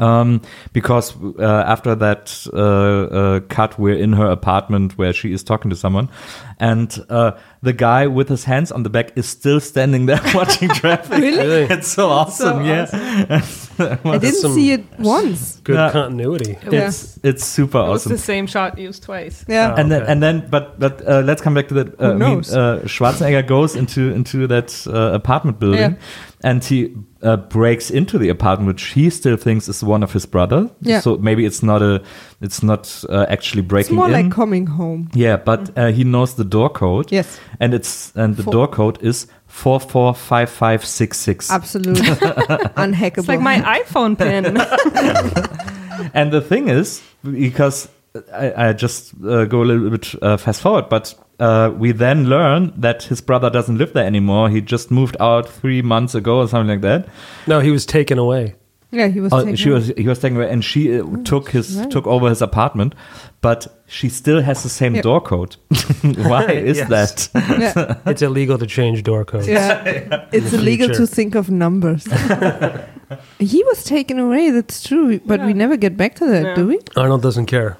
S4: Um, because uh, after that uh, uh, cut, we're in her apartment where she is talking to someone, and uh, the guy with his hands on the back is still standing there watching traffic.
S5: Really?
S4: It's so awesome, yeah.
S2: I didn't
S5: some-
S2: see it once.
S5: Good
S4: Yeah.
S5: continuity.
S6: It was,
S4: It's it's super
S6: it was
S4: awesome.
S6: the same shot used twice.
S2: Yeah.
S5: Uh,
S4: and then
S5: Okay.
S4: and then but but uh, let's come back to that uh, I mean,
S2: knows?
S4: uh, Schwarzenegger goes into into that uh, apartment building and he uh, breaks into the apartment which he still thinks is one of his brother
S2: Yeah.
S4: so maybe it's not a it's not uh, actually
S2: it's
S4: breaking
S2: more
S4: in
S2: like coming home.
S4: yeah but uh, he knows the door code
S2: Yes.
S4: and it's and the
S2: Four-
S4: door code is 445566
S2: Absolute unhackable.
S6: It's like my iPhone pin.
S4: And the thing is, because I, I just uh, go a little bit uh, fast forward, but uh, we then learn that his brother doesn't live there anymore. He just moved out three months ago or something like that.
S5: No, he was taken away.
S2: yeah, he was.
S4: Oh,
S2: taken
S4: she
S2: out.
S4: was he was taking away, and she uh, took his
S2: right.
S4: took over his apartment, but she still has the same
S2: Yep.
S4: door code. Why is
S5: Yes.
S4: that?
S2: Yeah,
S5: It's illegal to change door codes.
S2: yeah. it's
S5: the
S2: illegal
S5: future.
S2: to think of numbers. he was taken away. That's true, but we
S6: Yeah.
S2: never get back to that,
S6: No.
S2: do we?
S5: Arnold doesn't care.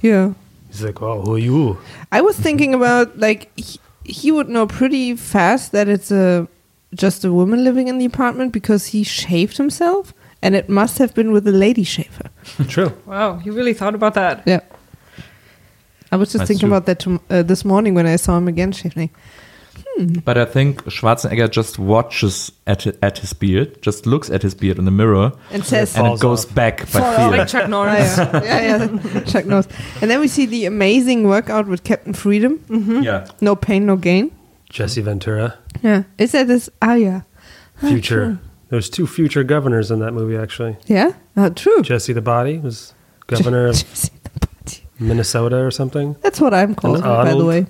S2: Yeah.
S5: He's like, "Oh, who are you?"
S2: I was thinking about like he, he would know pretty fast that it's a just a woman living in the apartment because he shaved himself, and it must have been with a lady shaver.
S5: True.
S6: wow, you really thought about that.
S2: Yeah. I was just
S4: That's
S2: thinking
S4: true.
S2: about that tom- uh, this morning when I saw him again shaving.
S4: But I think Schwarzenegger just watches at at his beard, just looks at his beard in the mirror,
S2: And says,
S4: and it
S5: Falls
S4: goes
S5: off.
S4: back by
S2: Falls off.
S4: feel.
S6: Like Chuck
S2: Ah,
S6: Norris.
S2: yeah, yeah, yeah. Chuck knows. And then we see the amazing workout with Captain Freedom.
S4: Yeah.
S2: No pain, no gain.
S5: Jesse Ventura,
S2: Yeah. Is that this? Ah, yeah. Ah,
S5: future.
S2: true.
S5: There's two future governors in that movie actually.
S2: Yeah. Ah, true.
S5: Jesse the Body was governor of
S2: Jesse the Body.
S5: Minnesota or something.
S2: That's what I'm calling, him, by the
S5: Arnold.
S2: way.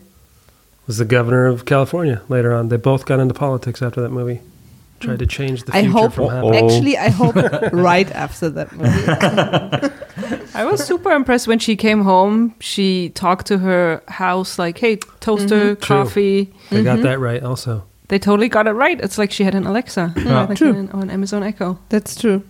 S5: Was the governor of California later on. They both got into politics after that movie. Tried to change the
S2: I
S5: future
S2: hope,
S5: from
S4: Oh.
S5: happening.
S2: actually, I hope right after that movie.
S6: I was super impressed when she came home. She talked to her house like, "Hey, toaster,
S2: Mm-hmm.
S5: True.
S6: coffee."
S5: They got that right also.
S6: They totally got it right. It's like she had an Alexa,
S2: Mm.
S6: like
S2: True.
S6: An, or an Amazon Echo.
S2: That's true.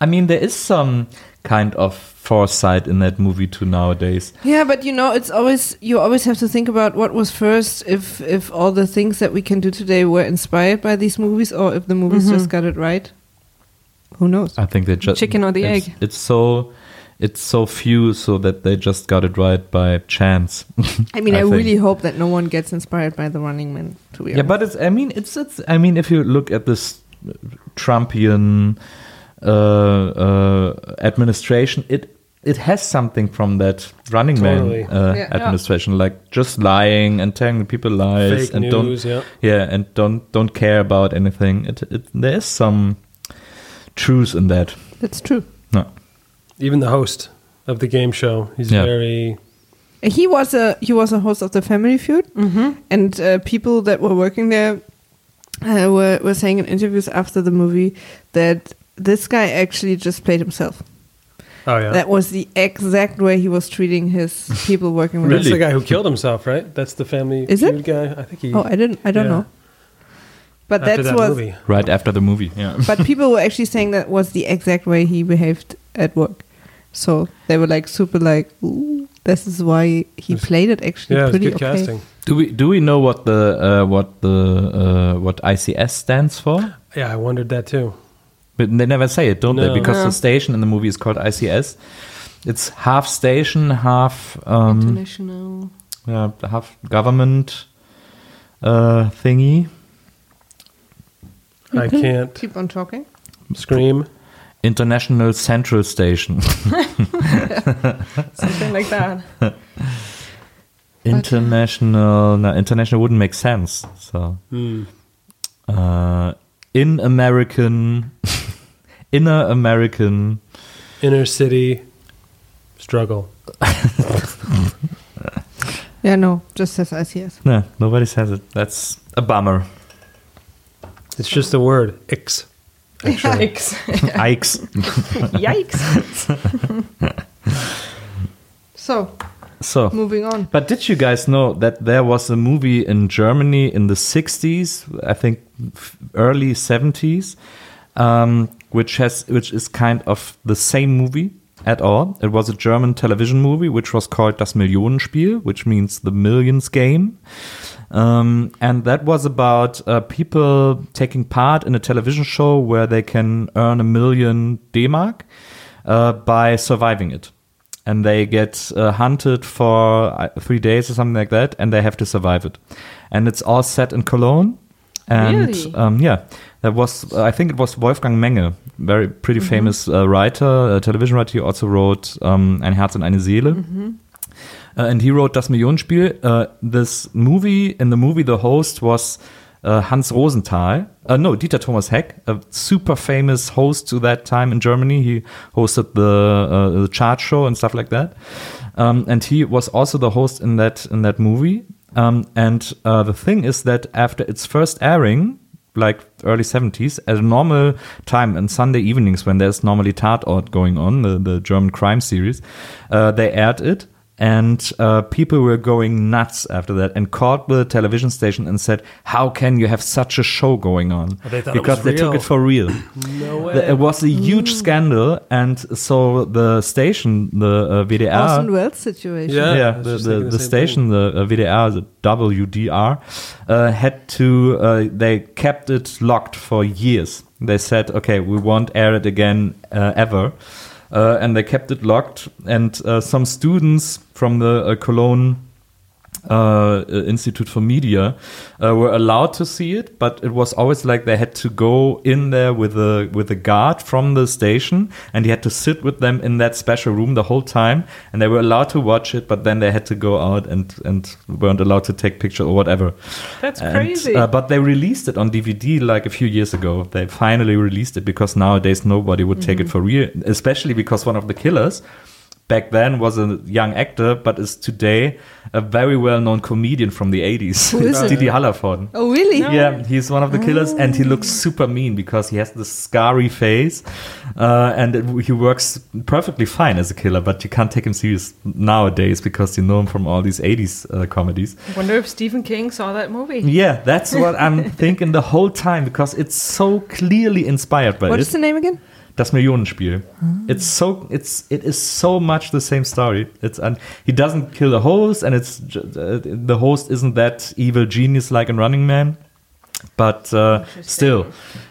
S4: I mean, there is some kind of foresight in that movie too nowadays.
S2: Yeah, but you know, it's always you always have to think about what was first. If if all the things that we can do today were inspired by these movies, or if the movies just got it right, Mm-hmm. who knows?
S4: I think they just
S6: Chicken or the
S4: it's-
S6: egg?
S4: It's so it's so few, so that they just got it right by chance.
S2: I mean, I,
S4: think.
S2: really hope that no one gets inspired by The Running Man. To be
S4: yeah, but it's. I mean, it's it's. I mean, if you look at this Trumpian uh, uh, administration, it it has something from that Running
S5: Totally.
S4: Man uh,
S2: Yeah.
S4: administration, like just lying and telling people lies
S5: Fake
S4: and
S5: news,
S4: don't
S5: yeah.
S4: and don't don't care about anything. It, it there is some truth in that.
S2: That's true.
S4: No.
S5: Even the host of the game show, he's
S4: Yeah.
S5: very
S2: He was a he was a host of the Family Feud,
S5: Mm-hmm.
S2: and uh, people that were working there uh, were were saying in interviews after the movie that this guy actually just played himself.
S5: oh yeah.
S2: That was the exact way he was treating his people working with
S5: That's
S4: Really?
S5: the guy who killed himself, right? That's the family
S2: Is
S5: feud
S2: it?
S5: guy. I think he.
S2: him. Oh, I didn't. I don't
S5: Yeah.
S2: know. But
S5: after
S2: that's
S5: that
S2: was.
S5: movie.
S4: Right after the movie, yeah.
S2: but people were actually saying that was the exact way he behaved at work. So they were like super like, Ooh, this is why he played it actually
S5: Yeah, it's
S2: pretty
S5: good
S2: okay.
S5: casting.
S4: Do we do we know what the uh, what the uh, what ICS stands for?
S5: Yeah, I wondered that too.
S4: But they never say it, don't
S5: No.
S4: they? Because
S6: No.
S4: the station in the movie is called ICS. It's half station, half um,
S6: International.
S4: yeah, half government uh, thingy.
S5: I can't
S2: Keep on talking.
S5: scream.
S4: International Central Station.
S6: Something like that.
S4: international, no, international wouldn't make sense. So, uh, in American, inner American.
S5: Inner city struggle.
S2: Yeah, no, just as ICS.
S4: No, nobody says it. That's a bummer.
S5: It's just a word. X. Actually.
S6: Yikes.
S4: Ikes.
S6: Yikes.
S2: So
S4: So,
S2: moving on.
S4: But did you guys know that there was a movie in Germany in the 60s, I think f- early 70s, um, which has which is kind of the same movie at all. It was a German television movie which was called Das Millionenspiel, which means the Millions Game. Um, and that was about uh, people taking part in a television show where they can earn a million D-Mark uh, by surviving it. And they get uh, hunted for uh, three days or something like that, and they have to survive it. And it's all set in Cologne. And
S6: Really?
S4: um, yeah, that was, I think it was Wolfgang Menge, very pretty famous uh, writer, uh, television writer. He also wrote um, Ein Herz und eine Seele. Uh, and he wrote Das Millionenspiel. Uh, this movie, in the movie, the host was uh, Hans Rosenthal. Uh, no, Dieter Thomas Heck, a super famous host to that time in Germany. He hosted the, uh, the chart show and stuff like that. Um, and he was also the host in that in that movie. Um, and uh, the thing is that after its first airing, like early 70s at a normal time on sunday evenings when there's normally tatort going on the, the german crime series uh, they aired it and uh, people were going nuts after that and called the television station and said how can you have such a show going on
S5: They thought it
S4: because
S5: was
S4: they took
S5: real.
S4: it for real
S5: No way. Mm.
S4: it was a huge scandal and so the station the uh, vdr
S2: Orson Welles situation.
S5: Yeah.
S4: yeah,
S5: I was
S4: the, the, the,
S5: just thinking the same
S4: station, the uh, VDR, the WDR, uh, had to, uh, they kept it locked for years. They said, okay, we won't air it again uh, ever. Uh, and they kept it locked. And uh, some students from the uh, Cologne uh, Institute for Media uh, were allowed to see it, but it was always like they had to go in there with a with a guard from the station, and he had to sit with them in that special room the whole time, and they were allowed to watch it, but then they had to go out and and weren't allowed to take pictures or whatever.
S6: That's
S4: And,
S6: crazy.
S4: uh, but they released it on DVD like a few years ago. They finally released it because nowadays nobody would take
S2: Mm-hmm.
S4: it for real, especially because one of the killers back then was a young actor, but is today a very well known comedian from the 80s.
S2: Who is
S4: it's
S2: it?
S4: Didi Hallervorden.
S2: Oh really? Ah.
S4: Yeah, he's one of the killers, and he looks super mean because he has this scary face, uh, and it, he works perfectly fine as a killer. But you can't take him serious nowadays because you know him from all these '80s uh, comedies.
S6: I wonder if Stephen King saw that movie.
S4: Yeah, that's what I'm thinking the whole time because it's so clearly inspired by
S2: What
S4: it.
S2: is Ah. the name again?
S4: Das Millionenspiel. It's so it's it is so much the same story. It's and he doesn't kill the host, and it's ju- uh, the host isn't that evil genius like in Running Man, but uh, still,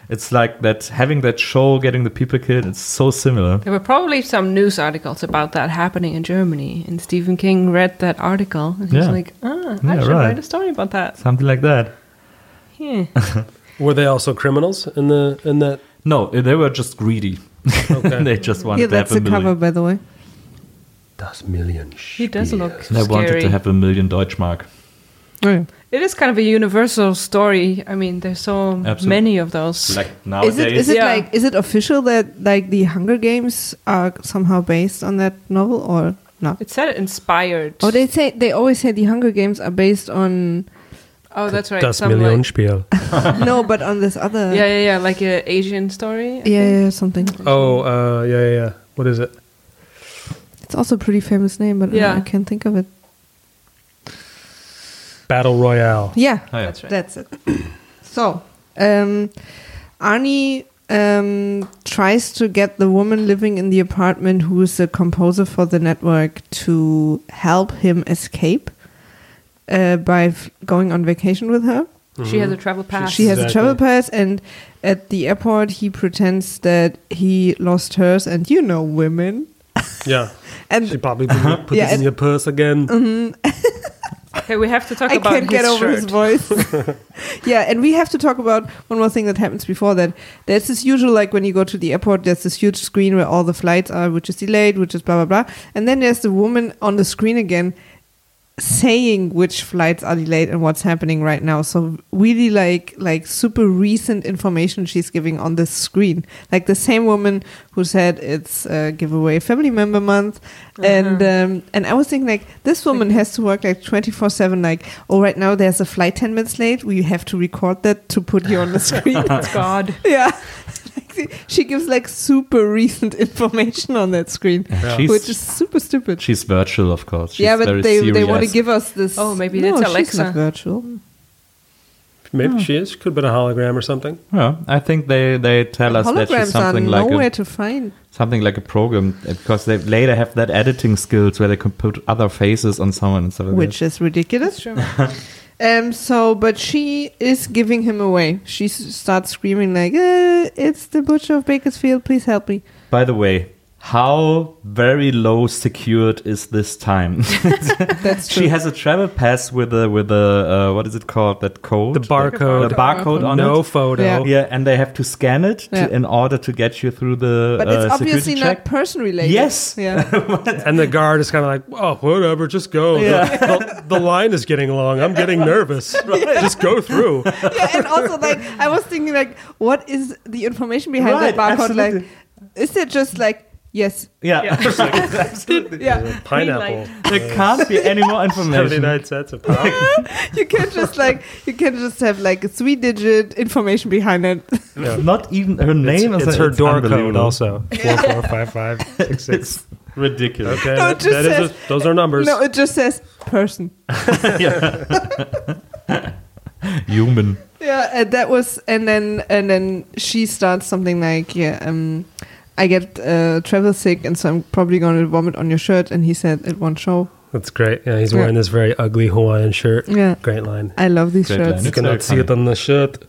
S4: it's like that having that show, getting the people killed. It's so similar.
S6: There were probably some news articles about that happening in Germany, and Stephen King read that article and he was
S4: Yeah.
S6: like, "Ah, I
S4: Yeah,
S6: should
S4: right.
S6: write a story about that."
S4: Something like that.
S6: Yeah.
S5: Were they also criminals in the in that?
S4: No, eh, they were just greedy.
S5: Okay.
S4: they just wanted
S2: Yeah,
S4: to have
S2: that's
S4: a
S2: the
S4: million.
S2: cover, by the way.
S5: das million.
S6: He does look
S4: And I wanted
S6: scary.
S4: to have a million Deutschmark.
S2: Okay.
S6: it is kind of a universal story. I mean, there's so
S4: Absolutely.
S6: many of those.
S4: Like nowadays.
S2: Is it is it
S6: Yeah.
S2: like is it official that like the Hunger Games are somehow based on that novel or not?
S6: it said inspired.
S2: Oh, they say they always say the Hunger Games are based on
S6: Oh, that's right.
S5: Das
S6: some, like-
S5: Millionenspiel.
S2: no, but on this other
S6: yeah, yeah, yeah, like a Asian story. I
S2: yeah,
S6: think.
S2: yeah, something.
S5: Oh, uh, yeah, yeah, yeah. What is it?
S2: It's also a pretty famous name, but
S6: Yeah.
S2: I can't think of it.
S5: Battle Royale.
S2: Yeah,
S4: Ah, ja.
S6: That's right.
S2: That's it. So, um, Arnie um, tries to get the woman living in the apartment, who is the composer for the network, to help him escape uh, by f- going on vacation with her.
S6: She has a travel pass.
S2: She has a
S5: Exactly.
S2: travel pass, and at the airport, he pretends that he lost hers, and you know, women.
S5: Mm-hmm. Yeah.
S2: And
S5: She probably put, put
S2: Yeah,
S5: this in
S2: it-
S5: your purse again.
S6: Mm-hmm. okay, we have to talk
S2: I
S6: about
S2: can't
S6: his
S2: get over
S6: shirt.
S2: his voice. yeah, and we have to talk about one more thing that happens before that. There's this usual, like when you go to the airport, there's this huge screen where all the flights are, which is delayed, which is blah, blah, blah. And then there's the woman on the screen again saying which flights are delayed and what's happening right now so really like like super recent information she's giving on the screen like the same woman who said it's uh, giveaway family member month
S6: Uh-huh.
S2: and um, and i was thinking like this woman has to work like 24 7 like oh right now there's a flight 10 minutes late we have to record that to put you on the screen
S6: God.
S2: yeah Like, she gives like super recent information on that screen
S4: Yeah.
S2: which
S4: She's,
S2: is super stupid
S4: she's virtual, of course. She's
S2: yeah, but
S4: very
S2: they, they
S4: serious.
S2: want to give us this.
S6: Oh, maybe
S2: no,
S6: that's
S2: She's
S6: Alexa.
S2: not virtual.
S6: Mm-hmm.
S5: Maybe she is. She could have been a hologram or something.
S4: Yeah, I think they, they tell us that she's
S2: Holograms are
S4: something like
S2: nowhere
S4: a,
S2: to find.
S4: something like a program uh, because they later have that editing skills where they can put other faces on someone and stuff like
S2: which is ridiculous.
S6: Sure.
S2: Um, so, but she is giving him away. She s- starts screaming like, eh, "It's the butcher of Bakersfield! Please help me!"
S4: that. By the way, how very low secured is this time?
S2: That's true.
S4: she has a travel pass with a with a uh, what is it called that code
S5: The barcode.
S4: the barcode on
S5: no
S4: it.
S5: photo.
S2: Yeah.
S4: Yeah, and they have to scan it to,
S2: Yeah.
S4: in order to get you through the
S2: but
S4: uh,
S2: it's obviously
S4: security
S2: not
S4: check.
S2: person related.
S4: Yes.
S2: Yeah.
S5: And the guard is kind of like, oh, whatever, just go. The- The, the line is getting long. I'm getting nervous. Just go through.
S2: yeah. And also, like, I was thinking, like, what is the information behind that
S4: Right,
S2: barcode? Like,
S4: absolutely.
S2: is it just like, yes,
S4: Yeah, absolutely.
S2: yeah?
S5: Pineapple.
S4: There can't be any more information.
S5: 79 cents a pound.
S2: you can just like, you can just have like a three-digit information behind it.
S4: Not even her name
S5: it's,
S4: is
S5: it's her door code
S4: unbelievable.
S5: also. Four four five five six six.
S4: It's ridiculous.
S5: Okay,
S2: No, it
S5: that-
S2: just
S5: that is
S2: says-
S5: a- those are numbers.
S2: No, it just says person.
S4: Human.
S2: Yeah, and that was, and then and then she starts something like, "Yeah, um, I get uh, travel sick, and so I'm probably going to vomit on your shirt." And he said, "It won't show."
S5: That's great. Yeah, he's
S2: Yeah.
S5: wearing this very ugly Hawaiian shirt.
S2: Yeah,
S5: Great line.
S2: I love these
S4: Great
S2: shirts.
S4: line.
S5: You
S4: It's very
S5: cannot see it on the shirt.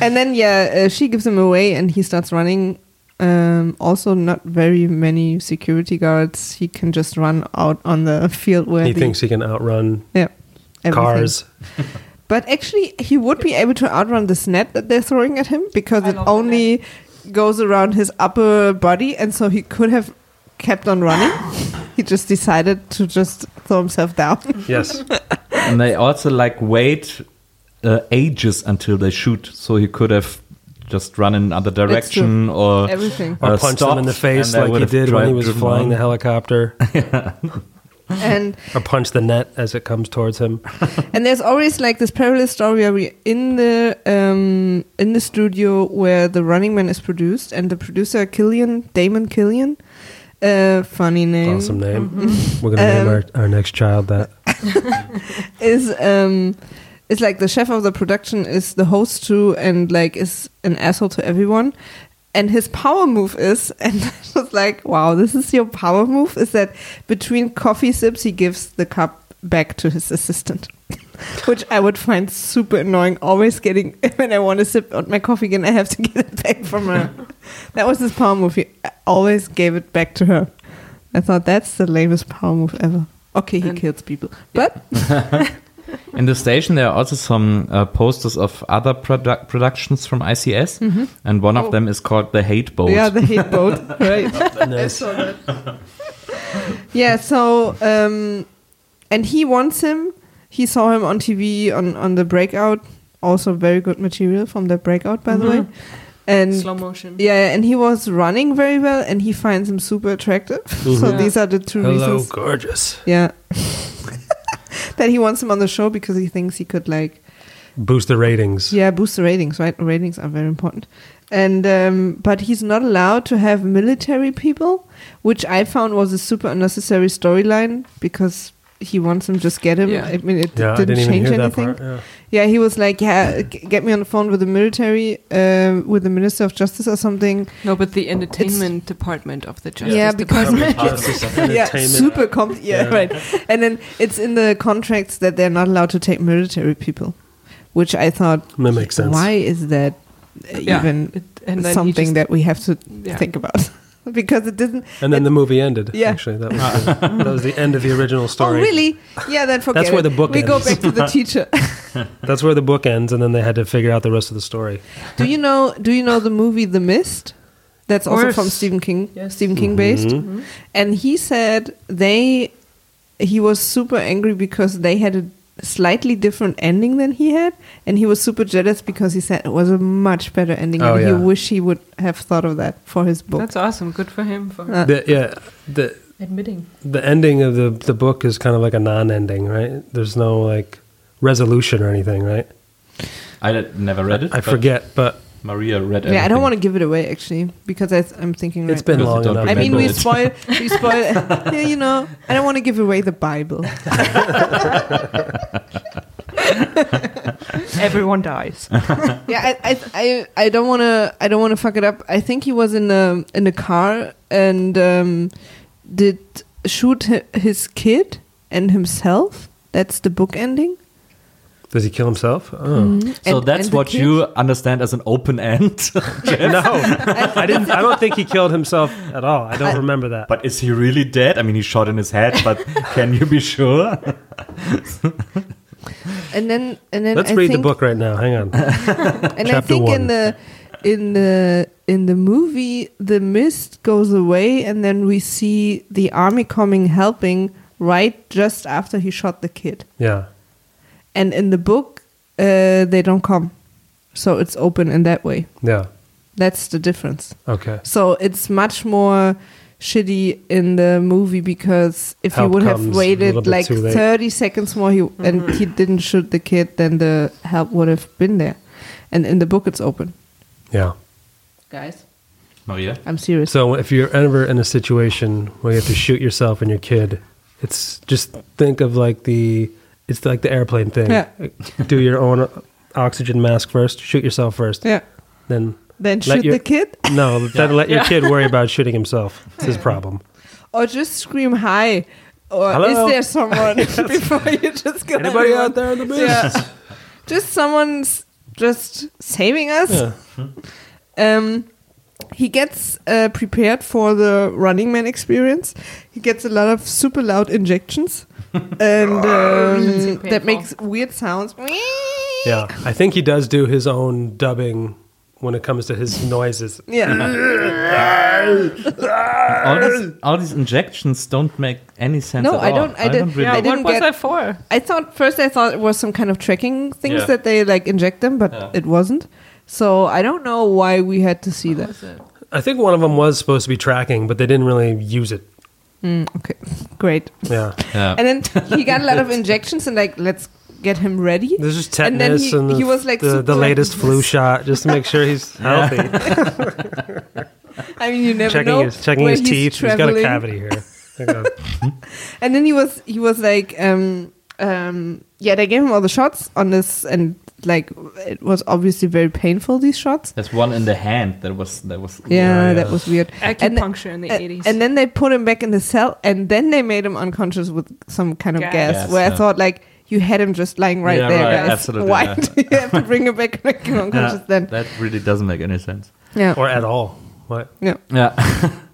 S2: And then yeah, uh, she gives him away, and he starts running. Um, also, not very many security guards. He can just run out on the field where
S5: He
S2: the,
S5: thinks he can outrun
S2: yeah, everything.
S5: cars.
S2: But actually, he would be able to outrun this net that they're throwing at him because
S6: I
S2: it
S6: love the
S2: only goes around his upper body, and so he could have kept on running. he just decided to just throw himself down.
S5: Yes.
S4: And they also like wait uh, ages until they shoot, so he could have just run in another direction or
S2: Everything.
S5: Or
S4: uh,
S5: punch them in
S4: stopped
S5: the
S4: and
S5: face
S4: they
S5: like he
S4: would've
S5: did when
S4: dri-
S5: he was
S4: driven
S5: flying
S4: on.
S5: the helicopter.
S2: And
S5: or punch the net as it comes towards him.
S2: and there's always like this parallel story where we in the um, in the studio where the Running Man is produced, and the producer Killian Damon Killian, uh, funny name,
S5: Awesome name.
S2: Mm-hmm.
S5: We're going to
S2: Um,
S5: name our, our next child that.
S2: is um is like the chef of the production is the host too and like is an asshole to everyone and his power move is and I was like wow this is your power move is that between coffee sips he gives the cup back to his assistant which I would find super annoying always getting when I want to sip on my coffee again I have to get it back from her that was his power move he always gave it back to her I thought that's the lamest power move ever okay he
S6: And-
S2: kills people but
S4: In the station, there are also some uh, posters of other produc- productions from ICS,
S5: Mm-hmm.
S4: and
S5: Oh.
S4: one of them is called The Hate Boat.
S2: Yeah, the hate boat. right.
S5: Nice.
S2: Yeah, so um, and he wants him. He saw him on TV on on the breakout. Also, very good material from the breakout, by the way. And
S6: Slow motion.
S2: yeah, and he was running very well, and he finds him super attractive. so
S6: Mhm.
S2: these are the two
S5: Hello,
S2: reasons.
S5: gorgeous.
S2: Yeah, that he wants him on the show because he thinks he could like
S5: Boost the ratings.
S2: yeah, boost the ratings, right? Ratings are very important. And um, but he's not allowed to have military people, which I found was a super unnecessary storyline because he wants him just get him.
S6: Yeah.
S2: I mean, it
S5: Yeah, I
S2: didn't,
S5: didn't even
S2: change
S5: hear that
S2: anything.
S5: part. Yeah.
S2: Yeah, he was like, yeah, g- get me on the phone with the military, um, with the minister of justice or something.
S6: No, but the entertainment department of the Justice
S2: Yeah, because-
S6: Department.
S2: yeah,
S5: Entertainment.
S2: super com. Yeah,
S5: Yeah.
S2: right. And then it's in the contracts that they're not allowed to take military people, which I thought,
S5: That makes sense.
S2: why is that uh,
S6: Yeah.
S2: even
S6: It- and then
S2: something that we have to
S6: that yeah.
S2: think about because it didn't. oh,
S5: And then the movie ended.
S2: Yeah.
S5: Actually, that was, the, that was the end of the original story.
S2: Oh, really? Yeah, then forget.
S5: where
S2: it.
S5: the book
S2: We go
S5: ends.
S2: back to the teacher.
S5: That's where the book ends, and then they had to figure out the rest of the story.
S2: do you know? Do you know the movie The Mist? That's also
S6: course.
S2: from Stephen King.
S6: Yes. Mm-hmm.
S2: Stephen King based,
S5: Mm-hmm.
S2: and he said they. He was super angry because they had a slightly different ending than he had, and he was super jealous because he said it was a much better ending,
S5: Oh,
S2: and
S5: yeah.
S2: he wish he would have thought of that for his book.
S6: That's awesome. Good for him for
S2: Uh,
S5: The, yeah, the
S6: admitting.
S5: the ending of the the book is kind of like a non-ending, right? There's no like resolution or anything, right?
S4: I did- never read it.
S5: I
S4: but
S5: forget, but
S4: Maria read
S2: yeah, I don't want to give it away actually because I, I'm thinking
S5: it's
S2: right
S5: been
S4: Because
S5: long
S4: it don't
S5: enough.
S2: I mean,
S4: remember
S2: we
S4: it.
S2: spoil, we spoil. yeah, you know, I don't want to give away the Bible.
S6: Everyone dies.
S2: Yeah, I, I, I, I don't want to. I don't want to fuck it up. I think he was in a in a car and um, did shoot hi- his kid and himself. That's the book ending.
S5: Does he kill himself? Oh.
S4: So
S2: And-
S4: that's
S2: and the
S4: what
S2: kid?
S4: you understand as an open end.
S5: No, I didn't. I don't think he killed himself at all. I don't remember that.
S4: but is he really dead? I mean, he shot in his head, but can you be sure?
S2: And then and then
S5: Let's
S2: I
S5: read the
S2: think-
S5: book right now. Hang on.
S2: And I
S5: Chapter
S2: think
S5: one.
S2: in the in the in the movie, the mist goes away, and then we see the army coming helping right just after he shot the kid.
S5: Yeah.
S2: And in the book, uh, they don't come. So it's open in that way.
S5: Yeah.
S2: That's the difference.
S5: Okay.
S2: So it's much more shitty in the movie because if
S5: Help
S2: you would
S5: comes
S2: have
S5: a little
S2: waited
S5: bit
S2: like
S5: too late.
S2: 30 seconds more he, and he didn't shoot the kid, then the help would have been there. And in the book, it's open.
S5: Yeah.
S2: Guys,
S4: Maria?
S2: I'm serious.
S5: So if you're ever in a situation where you have to shoot yourself and your kid, it's just think of like the it's like the airplane thing.
S2: Yeah.
S5: Do your own oxygen mask first. Shoot yourself first.
S2: yeah.
S5: Then
S2: Then
S5: Let
S2: shoot
S5: your-
S2: the kid
S5: no. Then let your kid worry about shooting himself. It's his problem.
S2: or just scream hi. Or
S5: Hello?
S2: is there someone before you just go?
S5: Anybody out there in the business?
S2: Yeah. just someone's just saving us. Um, he gets uh, prepared for the Running Man experience. He gets a lot of super loud injections, and um,
S6: painful.
S2: that makes weird sounds.
S5: Yeah, I think he does do his own dubbing when it comes to his noises.
S2: Yeah,
S4: All these, all these injections don't make any sense
S2: No,
S4: at
S2: I
S4: all.
S2: don't- I did-
S4: really
S2: I
S6: Yeah,
S2: didn't
S6: what was
S2: get-
S6: that for?
S2: I thought first I thought it was some kind of tracking things
S4: Yeah.
S2: that they like inject them, but
S4: Yeah.
S2: it wasn't. So I don't know why we had to see that.
S5: I think one of them was supposed to be tracking, but they didn't really use it.
S2: Hmm, Okay, great.
S5: Yeah,
S4: Yeah.
S2: And then he got a lot of injections and like let's get him ready.
S5: there's just
S2: And then
S5: tetanus
S2: he-
S5: and, the,
S2: he was, like,
S5: the,
S2: super,
S5: the
S2: like,
S5: latest flu shot just to make sure he's healthy.
S2: I mean, you never
S5: checking
S2: know.
S5: his checking
S2: where
S5: his
S2: he's
S5: teeth. He's got a
S2: traveling.
S5: cavity here. Hang on.
S2: And then he was he was like, um, um, yeah, they gave him all the shots on this, and like it was obviously very painful these shots.
S4: There's one in the hand that was that was
S2: Yeah,
S5: yeah.
S2: that was weird. And then-
S6: Acupuncture in the
S2: And,
S6: 80s.
S2: and then they put him back in the cell, and then they made him unconscious with some kind of
S6: Gas.
S2: gas.
S4: Gas,
S2: where I
S4: yeah.
S2: thought like you had him just lying right
S4: Yeah,
S2: there,
S4: right,
S2: guys.
S4: absolutely,
S2: Why
S4: yeah.
S2: do you have to bring him back and make him unconscious then?
S4: That really doesn't make any sense.
S2: Yeah,
S5: or at all. What?
S2: yeah,
S4: Yeah.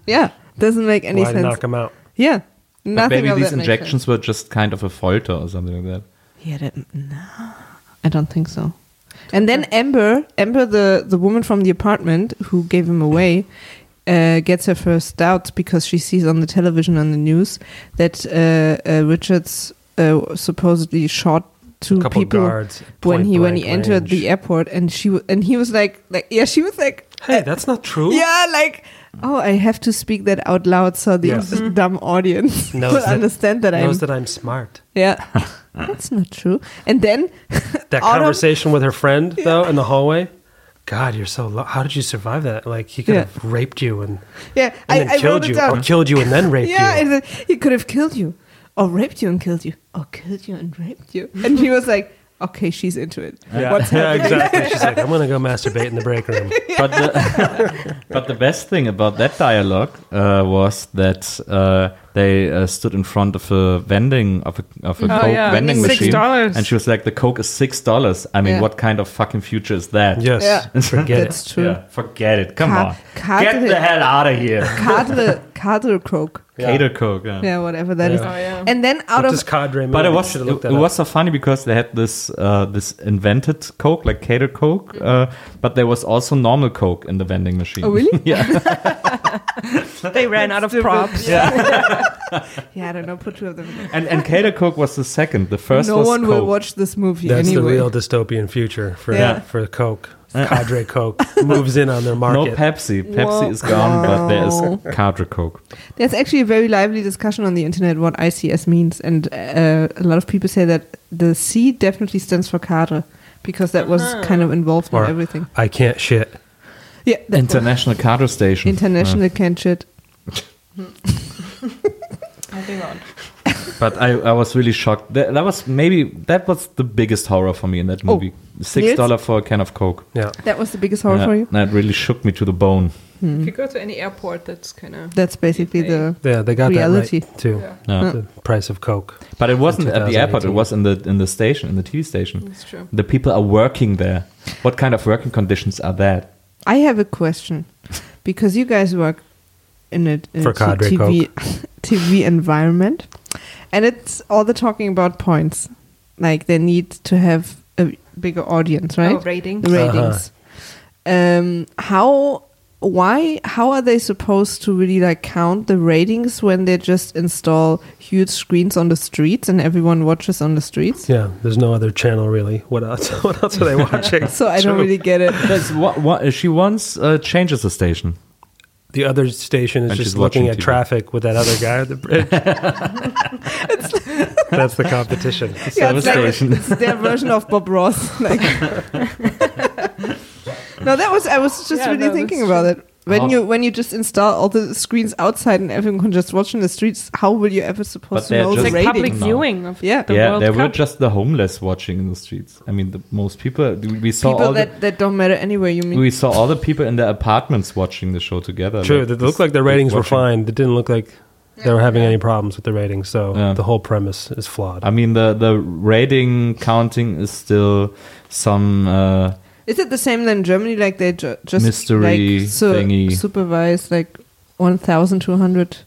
S2: yeah. Doesn't make any
S5: Why
S2: sense.
S5: knock him out?
S2: Yeah,
S4: But
S2: nothing
S4: maybe
S2: of
S4: these
S2: that makes
S4: injections were just kind of a folter or something like that.
S2: sense. Yeah, that, no, I don't think so. And then Amber, Amber, the the woman from the apartment who gave him away, uh, gets her first doubt because she sees on the television on the news that uh, uh, Richards uh, supposedly shot two
S5: a couple
S2: people
S5: guards
S2: when
S5: point
S2: he when he
S5: blank
S2: entered the
S5: range.
S2: airport, and she w- and he was like like yeah, she was like
S5: Hey, that's not true.
S2: yeah, like oh, I have to speak that out loud so the
S5: Yes.
S2: dumb audience
S5: Knows
S2: will
S5: that-
S2: understand that I'm
S5: knows that I'm smart.
S2: yeah. That's not true. And then
S5: That
S2: Autumn-
S5: conversation with her friend though in the hallway. God, you're so. Lo- How did you survive that? Like he could
S2: Yeah.
S5: have raped you and,
S2: yeah,
S5: and then
S2: I, I
S5: killed
S2: wrote
S5: you,
S2: it down.
S5: or killed you and then raped
S2: yeah,
S5: you.
S2: and then he could have killed you, or raped you and killed you, or killed you and raped you. And he was like, "Okay, she's into it. What's
S5: yeah,
S2: happening?"
S5: exactly. She's like, I'm gonna go masturbate in the break room.
S4: but the, but the best thing about that dialogue uh, was that uh, they uh, stood in front of a vending of a, of a
S6: Oh,
S4: coke
S6: yeah.
S4: vending
S6: Six
S4: machine,
S6: dollars.
S4: and she was like, "The coke is six dollars. I mean,
S2: Yeah.
S4: what kind of fucking future is that?"
S5: Yes,
S2: Yeah.
S5: forget
S2: That's
S5: it.
S2: true.
S4: Yeah, forget it. Come
S2: Ca-
S4: on,
S2: ca-
S4: get the hell out of here.
S2: Cadre, cadre croak.
S4: Cater coke. yeah.
S2: Yeah, whatever that is.
S5: Yeah.
S6: Oh, yeah.
S2: And then out
S5: What
S2: of
S5: does cadre mean?
S4: But it
S5: We
S4: was
S5: should've
S4: it,
S5: looked that
S4: it
S5: up.
S4: was so funny because they had this uh, this invented Coke like cater Coke, uh, but there was also normal Coke in the vending machine.
S2: Oh, really?
S4: yeah,
S6: They ran out of props.
S2: yeah, I don't know, put two of them. in.
S4: and and cater Coke was the second. The first
S2: No
S4: was
S2: one
S4: Coke.
S2: will watch this movie
S5: That's
S2: anyway. Uh,
S5: the real dystopian future for
S2: Yeah.
S5: for Coke. Cadre Coke moves in on their
S4: no
S5: market.
S4: Pepsi. Pepsi is gone, but there is Cadre Coke.
S2: There's actually a very lively discussion on the internet what ICS means, and uh, a lot of people say that the C definitely stands for cadre because that was kind of involved
S5: Or-
S2: in everything.
S5: I can't shit.
S2: Yeah, that was-
S4: International Cadre Station.
S2: international can shit.
S6: Moving on.
S4: Uh, But I, I was really shocked. That, that was maybe that was the biggest horror for me in that
S2: Oh,
S4: movie. Six dollar for a can of Coke.
S5: Yeah.
S2: That was the biggest horror
S4: Yeah,
S2: for you.
S4: That really shook me to the bone.
S2: Hmm.
S6: If you go to any airport, that's kind of.
S2: That's basically the
S5: Yeah, they got
S2: Reality.
S5: that right too.
S4: Yeah.
S5: The price of Coke.
S4: But it wasn't at the airport. It
S5: 2018.
S4: was in the in the station, in the TV station.
S6: That's true.
S4: The people are working there. What kind of working conditions are that?
S2: I have a question because you guys work in a, in
S5: For
S2: a
S5: Cadre
S2: TV, TV environment, and it's all the talking about points. Like they need to have a bigger audience, right?
S6: Oh, rating.
S2: The ratings. Um, how? Why? How are they supposed to really like count the ratings when they just install huge screens on the streets and everyone watches on the streets?
S5: Yeah, there's no other channel really. What else? What else are they watching?
S2: So I don't
S5: True.
S2: really get it.
S4: That's what, what she once uh, changes the station.
S5: The other station is
S4: And she's
S5: just looking
S4: watching
S5: at
S4: TV.
S5: traffic with that other guy at the bridge. That's the competition.
S2: Yeah, it's, like,
S4: Service station.
S2: it's their version of Bob Ross. Like. no, that was I was just
S6: Yeah,
S2: really
S6: no, that's
S2: thinking
S6: true.
S2: about it. When
S4: How-
S2: you when you just install all the screens outside and everyone can just watch in the streets, how will you ever supposed
S4: But
S2: to
S4: they're
S2: know
S4: just-
S2: the
S6: It's like
S2: ratings?
S6: public
S4: No.
S6: viewing of
S2: Yeah.
S6: the
S4: yeah,
S6: World
S4: there were
S6: Cup.
S4: just the homeless watching in the streets. I mean, the most people we saw all
S2: people
S4: the,
S2: that, that don't matter anyway. You mean
S4: we saw all the people in their apartments watching the show together.
S5: True.
S4: Like,
S5: It looked like their ratings were fine. It didn't look like they were having any problems with the ratings. So
S4: Yeah.
S5: the whole premise is flawed.
S4: I mean, the the rating counting is still some. Uh,
S2: is it the same than Germany? Like they ju- just
S4: Mystery
S2: like, su-
S4: thingy.
S2: supervise like one thousand two hundred.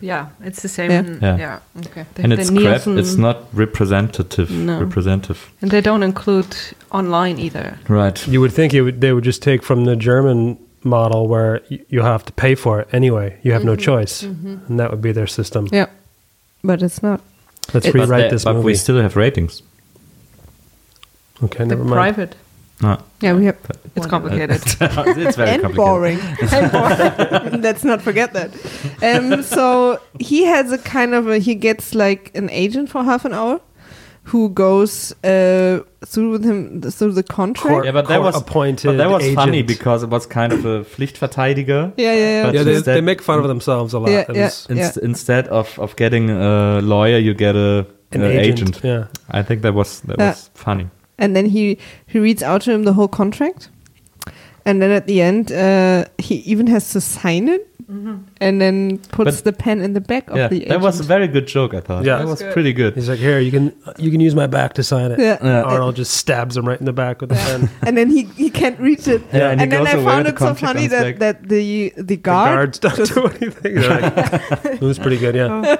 S6: Yeah, it's the same.
S2: Yeah.
S6: Yeah,
S4: Yeah.
S6: okay. The-
S4: and
S6: the
S4: it's crap.
S6: Nielsen-
S4: It's not representative.
S6: No.
S4: Representative.
S6: And they don't include online either.
S4: Right.
S5: You would think it would, they would just take from the German model where y- you have to pay for it anyway. You have no choice, and that would be their system.
S2: Yeah, but it's not.
S5: Let's
S2: It- But
S5: rewrite
S4: But-
S5: this
S4: but we
S5: movie.
S4: still have ratings.
S5: okay,
S6: The
S5: never mind.
S6: private.
S4: No.
S2: Yeah, we have.
S6: It's complicated.
S4: it's very
S2: and
S4: complicated.
S2: boring. and boring. Let's not forget that. Um, so he has a kind of a, he gets like an agent for half an hour who goes uh, through with him through the contract.
S5: Court-
S4: Yeah, but that was
S5: appointed
S4: But that was
S5: agent.
S4: funny because it was kind of a Pflichtverteidiger.
S2: Yeah, yeah, yeah.
S4: But-
S5: Yeah, they,
S4: Instead-
S5: they make fun of themselves a lot.
S2: Yeah,
S5: It
S2: yeah.
S5: was
S4: Inst- Instead of, of getting a lawyer, you get a
S5: An
S4: a
S5: agent. Yeah.
S4: I think that was that
S2: Yeah.
S4: was funny.
S2: And then he he reads out to him the whole contract, and then at the end uh, he even has to sign it, and then puts
S4: But-
S2: the pen in the back of
S4: Yeah,
S2: the agent.
S4: that was a very good joke. I thought.
S5: Yeah.
S4: that
S5: That
S4: was
S5: was
S4: pretty good.
S5: He's like, here, you can you can use my back to sign it.
S2: Yeah.
S4: Uh,
S2: Yeah.
S5: Arnold just stabs him right in the back with a pen.
S2: and then he, he can't reach it.
S4: Yeah,
S2: and
S4: and he
S2: then
S4: goes
S2: I
S4: away
S2: found
S4: with
S2: it
S4: the
S2: so
S4: contract
S2: funny
S4: on
S2: that,
S4: stack.
S2: that the the
S5: The
S2: guard
S5: guards don't do anything. They're like, it was pretty good, yeah.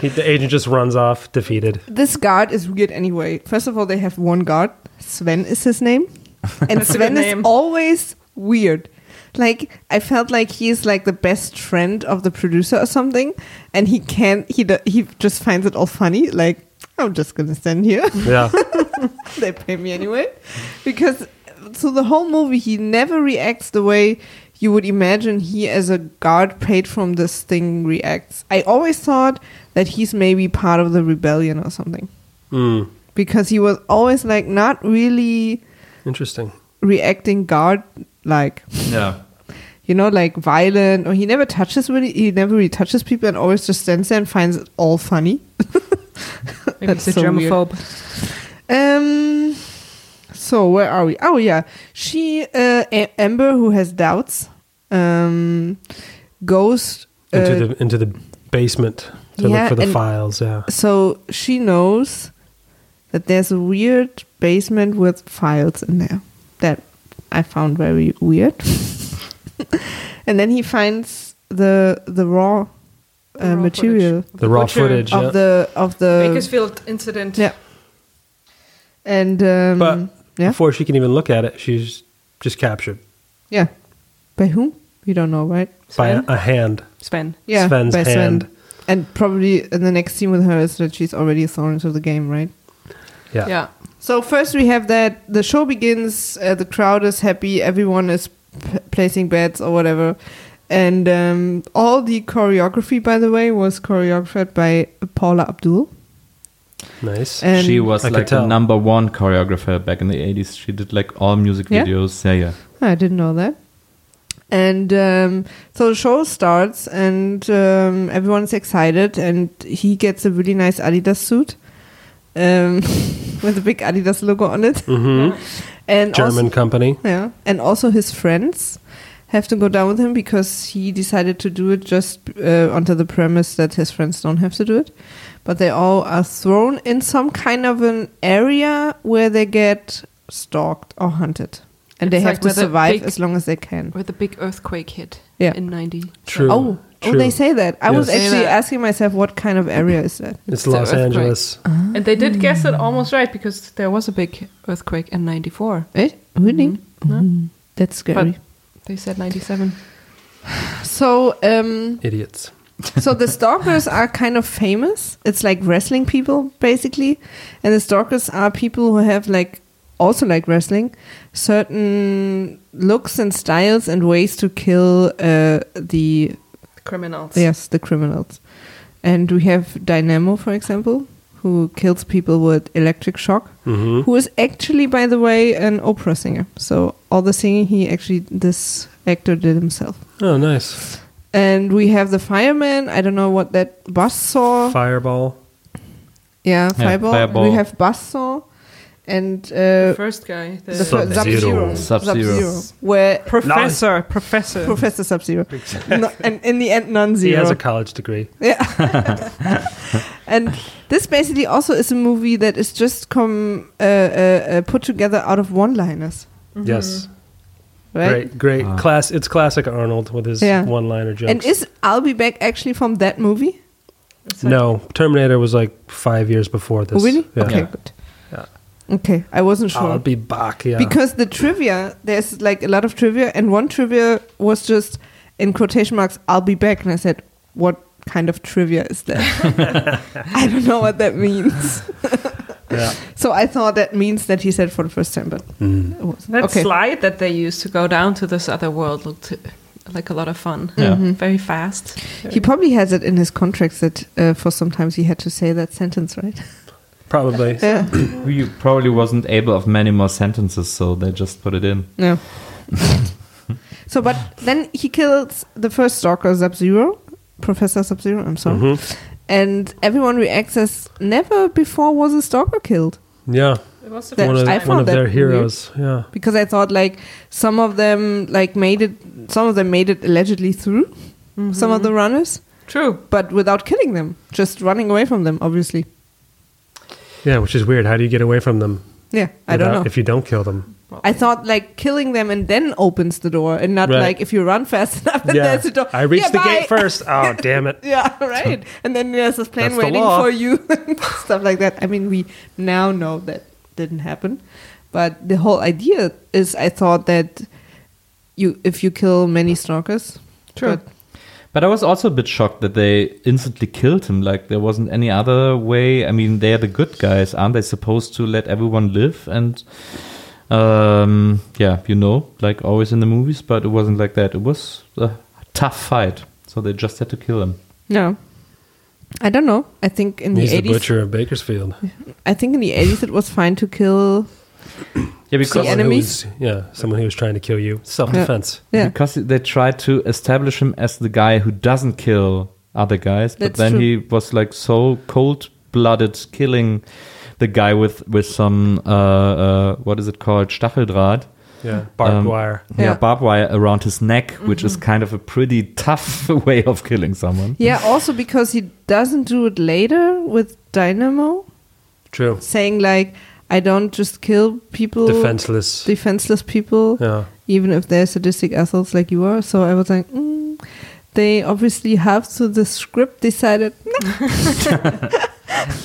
S5: He, the agent just runs off defeated.
S2: this guard is weird anyway. First of all, they have one guard. Sven is his name. And Sven is
S6: name.
S2: always weird. like I felt like he's like the best friend of the producer or something, and he can't. He do- he just finds it all funny. Like I'm just gonna stand here.
S5: Yeah.
S2: they pay me anyway. Because so the whole movie, he never reacts the way you would imagine he, as a guard paid from this thing, reacts. I always thought that he's maybe part of the rebellion or something.
S5: Mm.
S2: Because he was always like not really
S5: Interesting.
S2: reacting guard like,
S4: Yeah.
S2: you know, like violent, or he never touches really, he never really touches people and always just stands there and finds it all funny.
S6: Maybe it's a
S2: That's so weird. Uh,
S6: germaphobe.
S2: Um. So where are we? Oh yeah, she uh, A- Amber who has doubts, um, goes. Uh,
S5: Into the into the basement to
S2: yeah,
S5: look for the
S2: and-
S5: files. Yeah.
S2: so she knows that there's a weird basement with files in there that I found very weird. and then he finds the the raw
S6: The
S2: uh,
S6: raw
S2: material
S6: footage of
S5: The raw
S6: butcher.
S5: footage.
S2: of
S5: Yeah.
S2: the of the
S6: Bakersfield incident.
S2: yeah. And um,
S5: But
S2: yeah.
S5: before she can even look at it, she's just captured
S2: Yeah. By whom? We don't know, right?
S5: by a,
S6: Sven?
S5: a hand.
S6: Sven.
S2: Yeah,
S5: Sven's
S2: by
S5: hand.
S2: And probably in the next scene with her is that she's already a thorn into the game, right?
S5: Yeah.
S6: Yeah.
S2: So first we have that the show begins. Uh, the crowd is happy. Everyone is p- placing bets or whatever. And um, all the choreography, by the way, was choreographed by Paula Abdul.
S5: Nice.
S2: And
S4: she was
S5: I could
S4: like the
S5: tell.
S4: number one choreographer back in the 80s. She did like all music
S2: Yeah?
S4: videos. Yeah, yeah.
S2: I didn't know that. And um, so the show starts, and um, everyone's excited, and he gets a really nice Adidas suit um, with a big Adidas logo on it.
S5: Mhm.
S2: And
S5: German
S2: Also,
S5: company.
S2: yeah, and also his friends have to go down with him because he decided to do it just uh, under the premise that his friends don't have to do it. But they all are thrown in some kind of an area where they get stalked or hunted. And they
S6: It's
S2: have
S6: like
S2: to
S6: where the
S2: survive
S6: big-
S2: as long as they can.
S6: Where the big earthquake hit
S2: Yeah.
S6: in 90.
S5: True.
S2: Oh, oh,
S5: True.
S2: they say that. I was
S5: Yes.
S6: Say
S2: actually
S6: that.
S2: asking myself what kind of area is that.
S5: It's
S6: an
S5: Los
S6: earthquake.
S5: Angeles.
S6: And they did guess it almost right because there was a big earthquake in 94.
S2: Right? Mm-hmm. Really?
S6: No?
S2: That's scary.
S6: They said 97.
S2: so, um,
S5: Idiots.
S2: so the stalkers are kind of famous. It's like wrestling people basically, and the stalkers are people who have like also like wrestling certain looks and styles and ways to kill uh, the
S6: Criminals.
S2: yes the criminals. And we have Dynamo, for example, who kills people with electric shock.
S5: hmm
S2: who is actually, by the way, an opera singer. So all the singing he actually this actor did himself.
S5: Oh, nice.
S2: And we have the fireman. I don't know what that bus saw.
S5: Fireball.
S2: yeah, fireball.
S4: fireball.
S2: We have bus saw, and
S6: The
S2: uh,
S6: first guy. The,
S2: the fir- Sub-Zero.
S5: Sub-Zero.
S4: Sub-Zero.
S2: Where
S5: Professor,
S6: Professor.
S2: Professor Sub Zero, and in the end, non
S5: He has
S2: zero.
S5: a college degree.
S2: and this basically also is a movie that is just come uh, uh, uh, put together out of one liners,
S6: Mm-hmm.
S5: Yes.
S2: Mm-hmm. right?
S5: Great. Great.
S4: Ah.
S5: Class. It's classic Arnold with his
S2: Yeah.
S5: one-liner jokes.
S2: And is I'll Be Back actually from that movie?
S5: no, Terminator was like five years before this.
S2: Oh, really?
S5: Yeah.
S2: Okay,
S4: Yeah.
S2: good.
S5: Yeah.
S2: Okay, I wasn't sure.
S5: I'll be back. Yeah.
S2: Because the trivia, there's like a lot of trivia, and one trivia was just in quotation marks, I'll be back. And I said, What kind of trivia is that? I don't know what that means.
S5: yeah.
S2: So I thought that means that he said for the first time, but it wasn't.
S6: That
S2: okay.
S6: slide that they used to go down to this other world looked like a lot of fun.
S4: Yeah. Mhm.
S6: Very fast.
S2: He probably has it in his contracts that uh, for sometimes he had to say that sentence, right?
S5: Probably.
S2: yeah.
S4: We probably wasn't able of many more sentences, so they just put it in.
S2: No. so, but then he kills the first stalker, Sub Zero, Professor Sub Zero, I'm sorry.
S5: Mm-hmm.
S2: And everyone reacts as never before was a stalker killed.
S5: Yeah.
S6: It was a
S2: That-
S5: one of,
S2: I
S5: one
S2: found
S5: of
S2: that
S5: their
S2: weird.
S5: heroes. Yeah.
S2: Because I thought like some of them like made it, some of them made it allegedly through, some of the runners,
S6: True.
S2: but without killing them, just running away from them, obviously.
S5: Yeah, which is weird. How do you get away from them?
S2: Yeah, I don't
S5: without-
S2: know.
S5: If you don't kill them.
S2: I thought like killing them and then opens the door, and not
S5: Right.
S2: like if you run fast enough, then
S5: yeah.
S2: there's a door.
S5: I reached
S2: Yeah,
S5: the
S2: bye.
S5: gate first. Oh, damn it.
S2: Yeah, right. And then there's this plane
S5: That's the
S2: waiting
S5: law.
S2: for you, and stuff like that. I mean, we now know that didn't happen, but the whole idea is, I thought that you if you kill many snorkers.
S4: True.
S2: But
S4: But I was also a bit shocked that they instantly killed him. Like there wasn't any other way. I mean, they're the good guys, aren't they? Supposed to let everyone live and, um, yeah, you know, like always in the movies. But it wasn't like that. It was a tough fight, so they just had to kill him.
S2: no. I don't know. I think in the
S5: He's the
S2: eighties
S5: butcher of Bakersfield.
S2: I think in the eighties it was fine to kill
S4: Yeah,
S2: The
S4: because
S5: Someone who
S2: enemies?
S5: was- yeah, someone who was trying to kill you. Self defense.
S2: yeah.
S4: because they tried to establish him as the guy who doesn't kill other guys, but
S2: That's
S4: then
S2: true.
S4: he was like so cold-blooded, killing the guy with with some uh, uh, what is it called Stacheldraht.
S5: Yeah.
S4: Um,
S5: Barbed wire.
S4: yeah.
S2: Yeah.
S4: barbed wire around his neck, which is kind of a pretty tough way of killing someone.
S2: Yeah, also because he doesn't do it later with Dynamo,
S5: True.
S2: saying like I don't just kill people
S5: Defenseless.
S2: defenseless people
S5: yeah.
S2: even if they're sadistic assholes like you are. So I was like, mm, they obviously have to the script decided. no.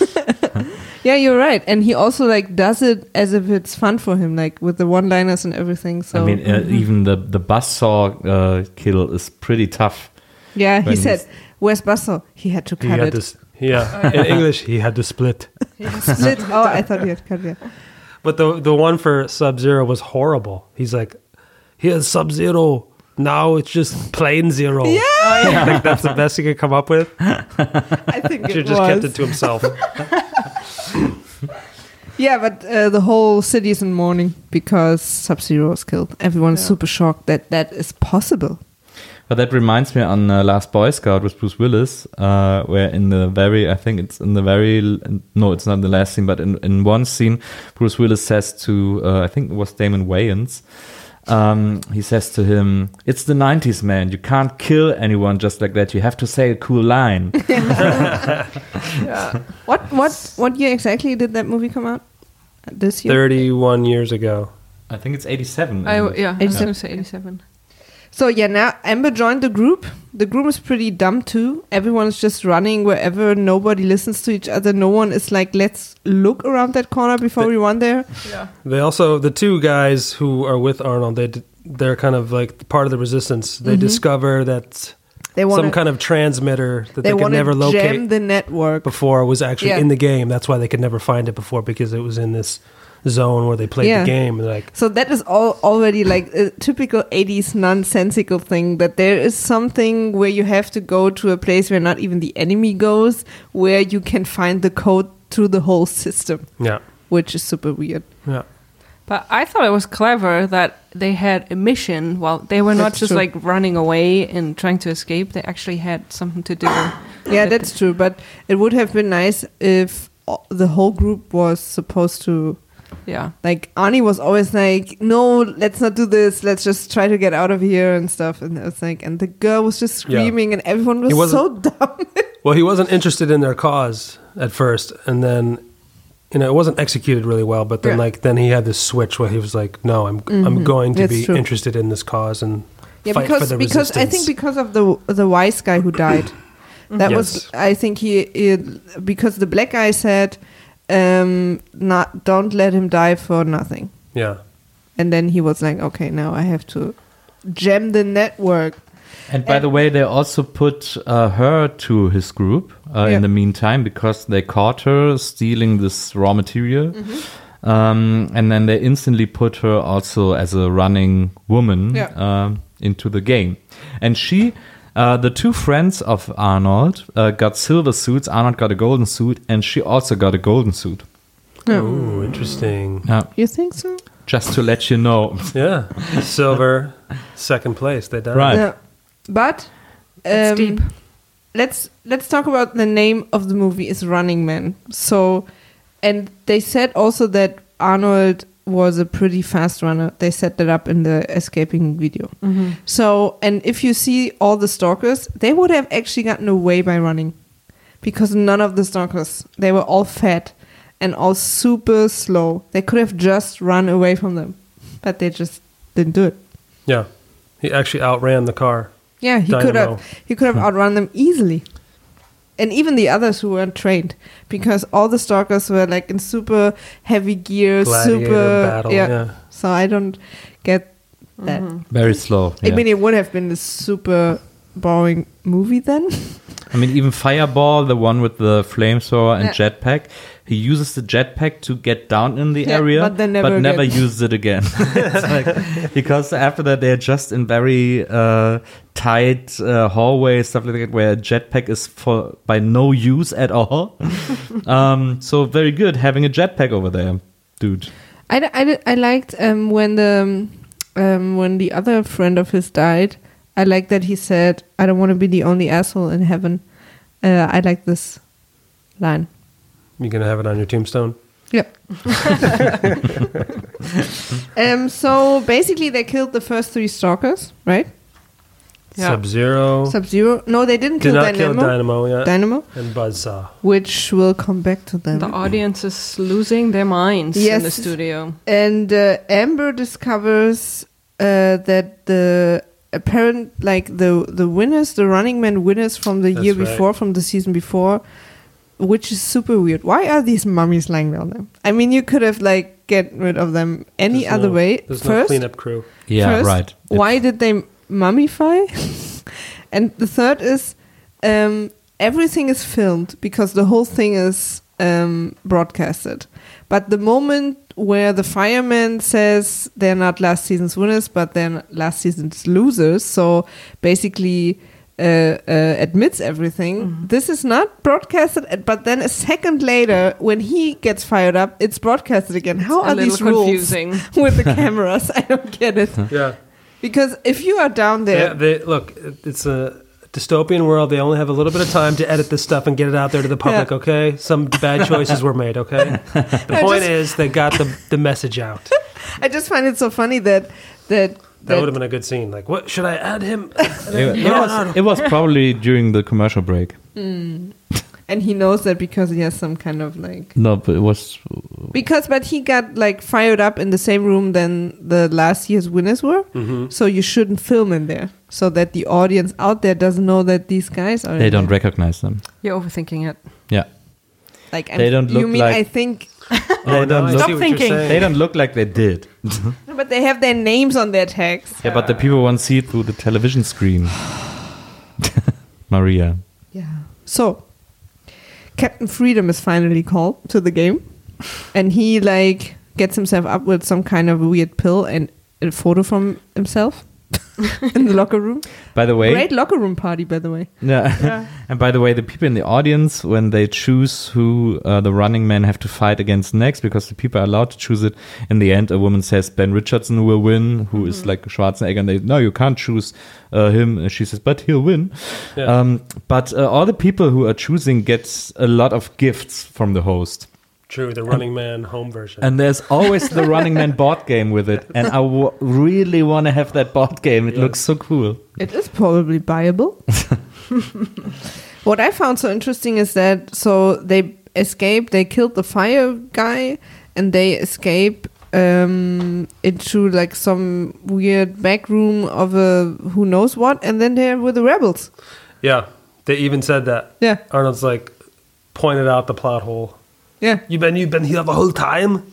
S2: yeah, you're right. And he also like does it as if it's fun for him, like with the one-liners and everything. So
S4: I mean, uh, even the the buzzsaw uh, kill is pretty tough.
S2: yeah, he
S4: when
S2: said, "Where's Basso? He had to
S5: He
S2: cut
S5: had
S2: it.
S5: to, s- yeah. In English, he had to split.
S2: Slit. Oh, I thought he had cut it.
S5: But the the one for Sub Zero was horrible. He's like, here's Sub Zero. Now it's just plain zero. Yeah, I think that's the best he could come up with.
S2: I think
S5: Should
S2: it
S5: just kept it
S2: was.
S5: to himself.
S2: Yeah, but uh, the whole city is in mourning because Sub Zero was killed. Everyone's super shocked that that is possible.
S4: But that reminds me on uh, Last Boy Scout with Bruce Willis, uh, where in the very, I think it's in the very, l- no, it's not in the last scene, but in, in one scene, Bruce Willis says to, uh, I think it was Damon Wayans, um, he says to him, It's the 90s, man. You can't kill anyone just like that. You have to say a cool line.
S2: What what what year exactly did that movie come out? This year.
S5: Thirty one years ago.
S4: I think it's 87.
S6: I, yeah, I was
S2: 87.
S6: going to say 87.
S2: So yeah, now Amber joined the group. The group is pretty dumb too. Everyone's just running wherever. Nobody listens to each other. No one is like, let's look around that corner before we run there.
S5: They also the two guys who are with Arnold. They d- they're kind of like part of the resistance. They discover that
S2: Mm-hmm. They want
S5: some kind of transmitter that
S2: They,
S5: they, could
S2: want
S5: never
S2: to
S5: locate
S2: jam the network.
S5: before was actually
S2: Yeah.
S5: in the game. That's why they could never find it before because it was in this zone where they played
S2: Yeah.
S5: the game. And like
S2: So that is all already like a typical 80s nonsensical thing that there is something where you have to go to a place where not even the enemy goes, where you can find the code to the whole system,
S5: yeah
S2: which is super weird.
S5: yeah.
S6: But I thought it was clever that they had a mission. While they were not
S2: That's
S6: just
S2: true.
S6: like running away and trying to escape. They actually had something to do.
S2: Yeah, that's true. But it would have been nice if o- the whole group was supposed to.
S6: yeah.
S2: Like Arnie was always like, "No, let's not do this. Let's just try to get out of here and stuff." And it was like, and the girl was just
S5: Yeah.
S2: screaming, and everyone
S5: He
S2: was so
S5: wasn't-
S2: dumb.
S5: Well, he wasn't interested in their cause at first, and then you know it wasn't executed really well. But then
S2: Yeah.
S5: like then he had this switch where he was like, "No, I'm I'm going to
S2: Mm-hmm. That's
S5: be
S2: true.
S5: interested in this cause and
S2: yeah,
S5: fight for
S2: because
S5: the
S2: because I think
S5: resistance."
S2: because of the the wise guy who died, that was
S5: Yes.
S2: I think he, he because the black guy said, um, "Not don't let him die for nothing."
S5: yeah,
S2: And then he was like, "Okay, now I have to jam the network."
S4: And by the way, they also put uh, her to his group uh,
S2: Yeah.
S4: in the meantime because they caught her stealing this raw material.
S2: Mm-hmm.
S4: Um, and then they instantly put her also as a running woman
S2: Yeah.
S4: um, into the game. And she, uh, the two friends of Arnold, uh, got silver suits. Arnold got a golden suit, and she also got a golden suit.
S5: Ooh, interesting.
S4: Uh,
S2: You think so?
S4: just to let you know.
S5: Yeah, silver, second place. They died.
S4: Right.
S2: Yeah. But
S6: It's
S2: um,
S6: deep.
S2: let's let's talk about the name of the movie is Running Man. So and they said also that Arnold was a pretty fast runner. They set that up in the escaping video. So and if you see all the stalkers, they would have actually gotten away by running. Because none of the stalkers, they were all fat and all super slow. They could have just run away from them. But they just didn't do it.
S5: Yeah, he actually outran the car.
S2: Yeah, he could
S5: Dynamo.
S2: have he could have outrun them easily. And even the others who weren't trained, because all the stalkers were like in super heavy gear,
S5: Gladiator
S2: super
S5: battle, yeah.
S2: So I don't get that.
S4: Very slow.
S2: I
S4: yeah.
S2: mean, it would have been a super boring movie then.
S4: I mean, even Fireball, the one with the flamethrower and
S2: Yeah.
S4: jetpack, he uses the jetpack to get down in the
S2: Yeah,
S4: area,
S2: but then never again.
S4: uses it again. It's like- because after that, they're just in very uh, tight uh, hallways, stuff like that, where a jetpack is for by no use at all. um, so very good having a jetpack over there, dude.
S2: I, d- I, d- I liked um, when the um, when the other friend of his died. I liked that he said, "I don't want to be the only asshole in heaven." Uh, I like this line.
S5: You're gonna have it on your tombstone.
S2: Yep. um, so basically, they killed the first three stalkers, right?
S6: Yeah.
S5: Sub Zero
S2: Sub Zero. No, they didn't
S5: Oh. did
S2: kill
S5: not
S2: Dynamo.
S5: kill Dynamo. Yeah,
S2: Dynamo,
S5: and Buzzsaw.
S2: which will come back to them.
S6: The audience is losing their minds in the
S2: Um, Yes.
S6: studio.
S2: and uh, Amber discovers uh, that the apparent like the the winners, the Running Man winners from the
S5: That's
S2: year
S5: right.
S2: before, from the season before, which is super weird. Why are these mummies lying down there? I mean, you could have like get rid of them any
S5: There's
S2: other
S5: no-
S2: way
S5: There's no
S2: first.
S5: cleanup crew.
S2: first, Why did they mummify? and the third is um, everything is filmed because the whole thing is um, broadcasted. But the moment where the fireman says they're not last season's winners, but they're last season's losers, so basically. Uh, uh, admits everything.
S6: Mm-hmm.
S2: This is not broadcasted, uh, but then a second later, when he gets fired up, it's broadcasted again. How
S6: a
S2: are
S6: little
S2: these rules
S6: confusing.
S2: with the cameras? I don't get it.
S5: Yeah.
S2: Because if you are down there,
S5: Yeah, they, look, it- it's a dystopian world. They only have a little bit of time to edit this stuff and get it out there to the public,
S2: Yeah.
S5: okay? Some bad choices were made, okay? The point
S2: just-
S5: is, they got the, the message out.
S2: I just find it so funny that that
S5: That
S2: that,
S5: would have been a good scene. Like, what? Should I add him?
S4: It, it was, it was probably during the commercial break.
S2: and he knows that because he has some kind of like
S4: No, but it was
S2: because but he got like fired up in the same room than the last year's winners were. So you shouldn't film in there so that the audience out there doesn't know that these guys are.
S4: they
S2: in
S4: don't
S2: there.
S4: recognize them.
S6: You're overthinking it.
S4: Yeah.
S2: like. I'm,
S4: they don't
S2: You
S4: look
S2: mean
S4: like-
S2: I think,
S4: they
S5: Oh,
S4: don't
S5: I
S4: look-
S5: see what you're
S6: thinking.
S5: saying.
S4: They don't look like they did.
S2: No, but they have their names on their tags.
S4: Yeah, but the people won't see it through the television screen. Maria.
S2: Yeah. So, Captain Freedom is finally called to the game, and he like gets himself up with some kind of weird pill and a photo from himself in the locker room.
S4: By the way,
S2: Great locker room party, by the way.
S4: yeah. and by the way, the people in the audience, when they choose who uh, the running men have to fight against next, because the people are allowed to choose it, in the end, a woman says Ben Richardson will win, who is like Schwarzenegger, and they, no, you can't choose uh, him. And she says, but he'll win. Um, but uh, all the people who are choosing gets a lot of gifts from the host.
S5: True, the Running Man home version.
S4: And there's always the Running Man board game with it. And I w- really want to have that board game. It looks so cool.
S2: It is probably buyable. what I found so interesting is that so they escape, they killed the fire guy, and they escape um, into like some weird back room of a who knows what, and then they're with the rebels.
S5: yeah, they even said that.
S2: Yeah,
S5: Arnold's like, pointed out the plot hole.
S2: yeah,
S5: You've been, you've been here the whole time,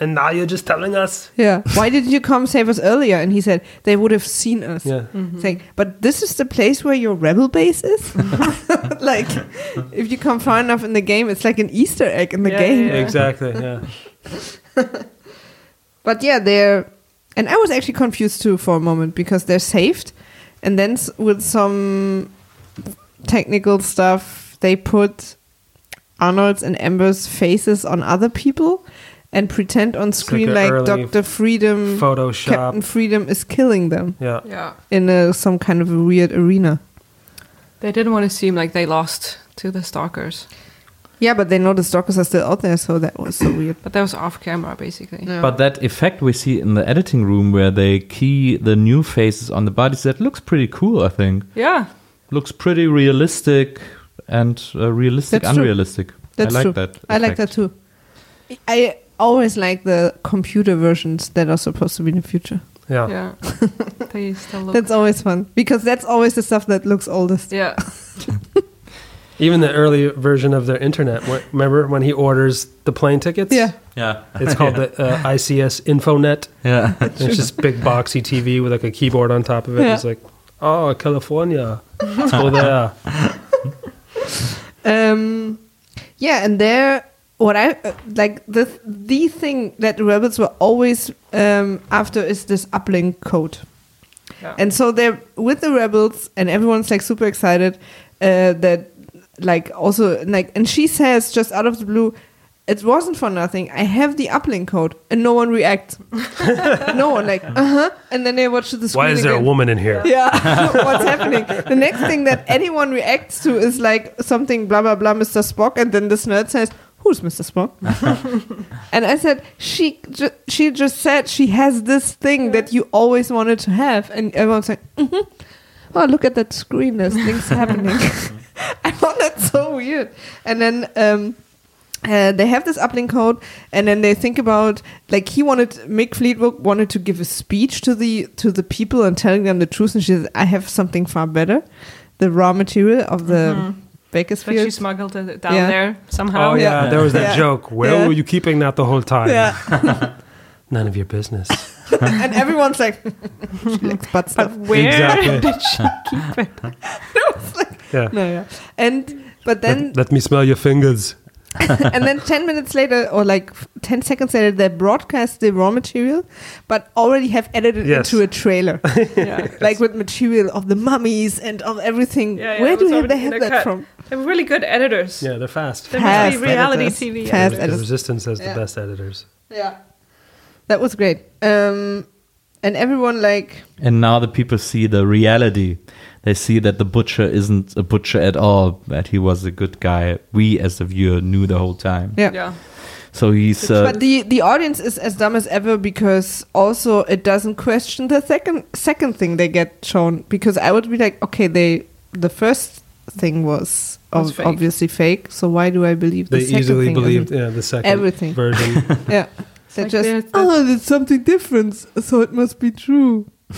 S5: and now you're just telling us?
S2: yeah. Why didn't you come save us earlier? And he said they would have seen us.
S5: Yeah.
S6: Mm-hmm.
S2: Saying, but this is the place where your rebel base is. like, if you come far enough in the game, it's like an Easter egg in the
S6: Yeah,
S2: game.
S6: yeah.
S5: Exactly, yeah.
S2: But yeah, they're. And I was actually confused too for a moment because they're saved. And then s- with some technical stuff, they put Arnold's and Amber's faces on other people and pretend on screen
S5: like
S2: like,
S5: a early
S2: Dr. Freedom,
S5: Photoshop.
S2: Captain Freedom is killing them
S5: Yeah.
S6: Yeah.
S2: in a, some kind of a weird arena.
S6: They didn't want to seem like they lost to the stalkers.
S2: Yeah, but they know the stalkers are still out there, so that was so weird.
S6: But that was off camera, basically.
S2: Yeah.
S4: But that effect we see in the editing room where they key the new faces on the bodies, that looks pretty cool, I think.
S6: Yeah.
S4: Looks pretty realistic and uh, realistic,
S2: That's true.
S4: unrealistic.
S2: That's
S4: I like
S2: true.
S4: that.
S2: I like that
S4: effect.
S2: too. I always like the computer versions that are supposed to be in the future.
S5: Yeah.
S6: Yeah. they still look.
S2: That's always fun because that's always the stuff that looks oldest.
S6: yeah.
S5: Even the early version of their internet. wh- Remember when he orders the plane tickets?
S2: Yeah.
S4: Ja.
S5: It's called the uh, ICS InfoNet.
S4: Ja.
S5: And it's just big boxy TV with like a keyboard on top of it.
S2: Yeah.
S5: It's like, oh, California. uh, Let's go there.
S2: Um, yeah, and there, what I uh, like the the thing that rebels were always um, after is this uplink code, and so they're with the rebels, and everyone's like super excited uh, that like also like, and she says just out of the blue. It wasn't for nothing. I have the uplink code, and no one reacts. no one like, uh huh. And then they watch the screen.
S5: Why is there a
S2: again.
S5: woman in here?
S2: Yeah, what's happening? The next thing that anyone reacts to is like something blah blah blah, Mr. Spock, and then this nerd says, "Who's Mr. Spock?" and I said, "She ju- she just said she has this thing that you always wanted to have," and everyone's like, mm "Oh, look at that screen! There's things happening." I found that so weird. And then. Um, uh, they have this uplink code, and then they think about like he wanted Mick Fleetwood wanted to give a speech to the to the people and telling them the truth, and she said, "I have something far better, the raw material of the
S6: Mm-hmm. But she
S2: Bakersfield."
S6: smuggled it down
S2: Yeah.
S6: there somehow.
S5: Oh, yeah.
S2: Yeah.
S5: There was that
S2: Yeah.
S5: joke. Where
S2: Yeah.
S5: were you keeping that the whole time?
S2: Yeah,
S5: None of your business.
S2: and everyone's like, she likes butt
S6: But
S2: stuff.
S6: where
S5: Exactly.
S6: did she keep it?
S5: Yeah.
S2: No, yeah, and but then
S5: let, let me smell your fingers.
S2: and then 10 minutes later or like f- 10 seconds later they broadcast the raw material but already have edited
S5: Yes.
S2: into a trailer like with material of the mummies and of everything
S6: Yeah, yeah,
S2: where
S6: it
S2: do
S6: was
S2: have they
S6: already in
S2: have
S6: a
S2: that
S6: cut.
S2: from
S6: They were really good editors.
S5: Yeah, they're fast.
S6: They must
S2: Fast
S6: be reality
S2: editors.
S6: TV.
S2: Fast
S6: editors.
S5: The
S2: editors.
S5: Resistance has
S2: Yeah.
S5: the best editors.
S2: yeah that was great um and everyone like
S4: And now the people see the reality. They see that the butcher isn't a butcher at all, that he was a good guy. We, as the viewer, knew the whole time.
S2: yeah,
S6: Yeah.
S4: So he's. Uh,
S2: but the the audience is as dumb as ever because also it doesn't question the second second thing they get shown because I would be like okay they the first thing was,
S6: Was
S2: ob-
S6: fake.
S2: obviously fake so why do I believe the
S5: They
S2: second
S5: easily
S2: thing
S5: believed
S2: isn't?
S5: yeah, the second
S2: Everything.
S5: version.
S2: yeah they
S6: like
S2: just
S6: there's the-
S2: oh there's something different so it must be true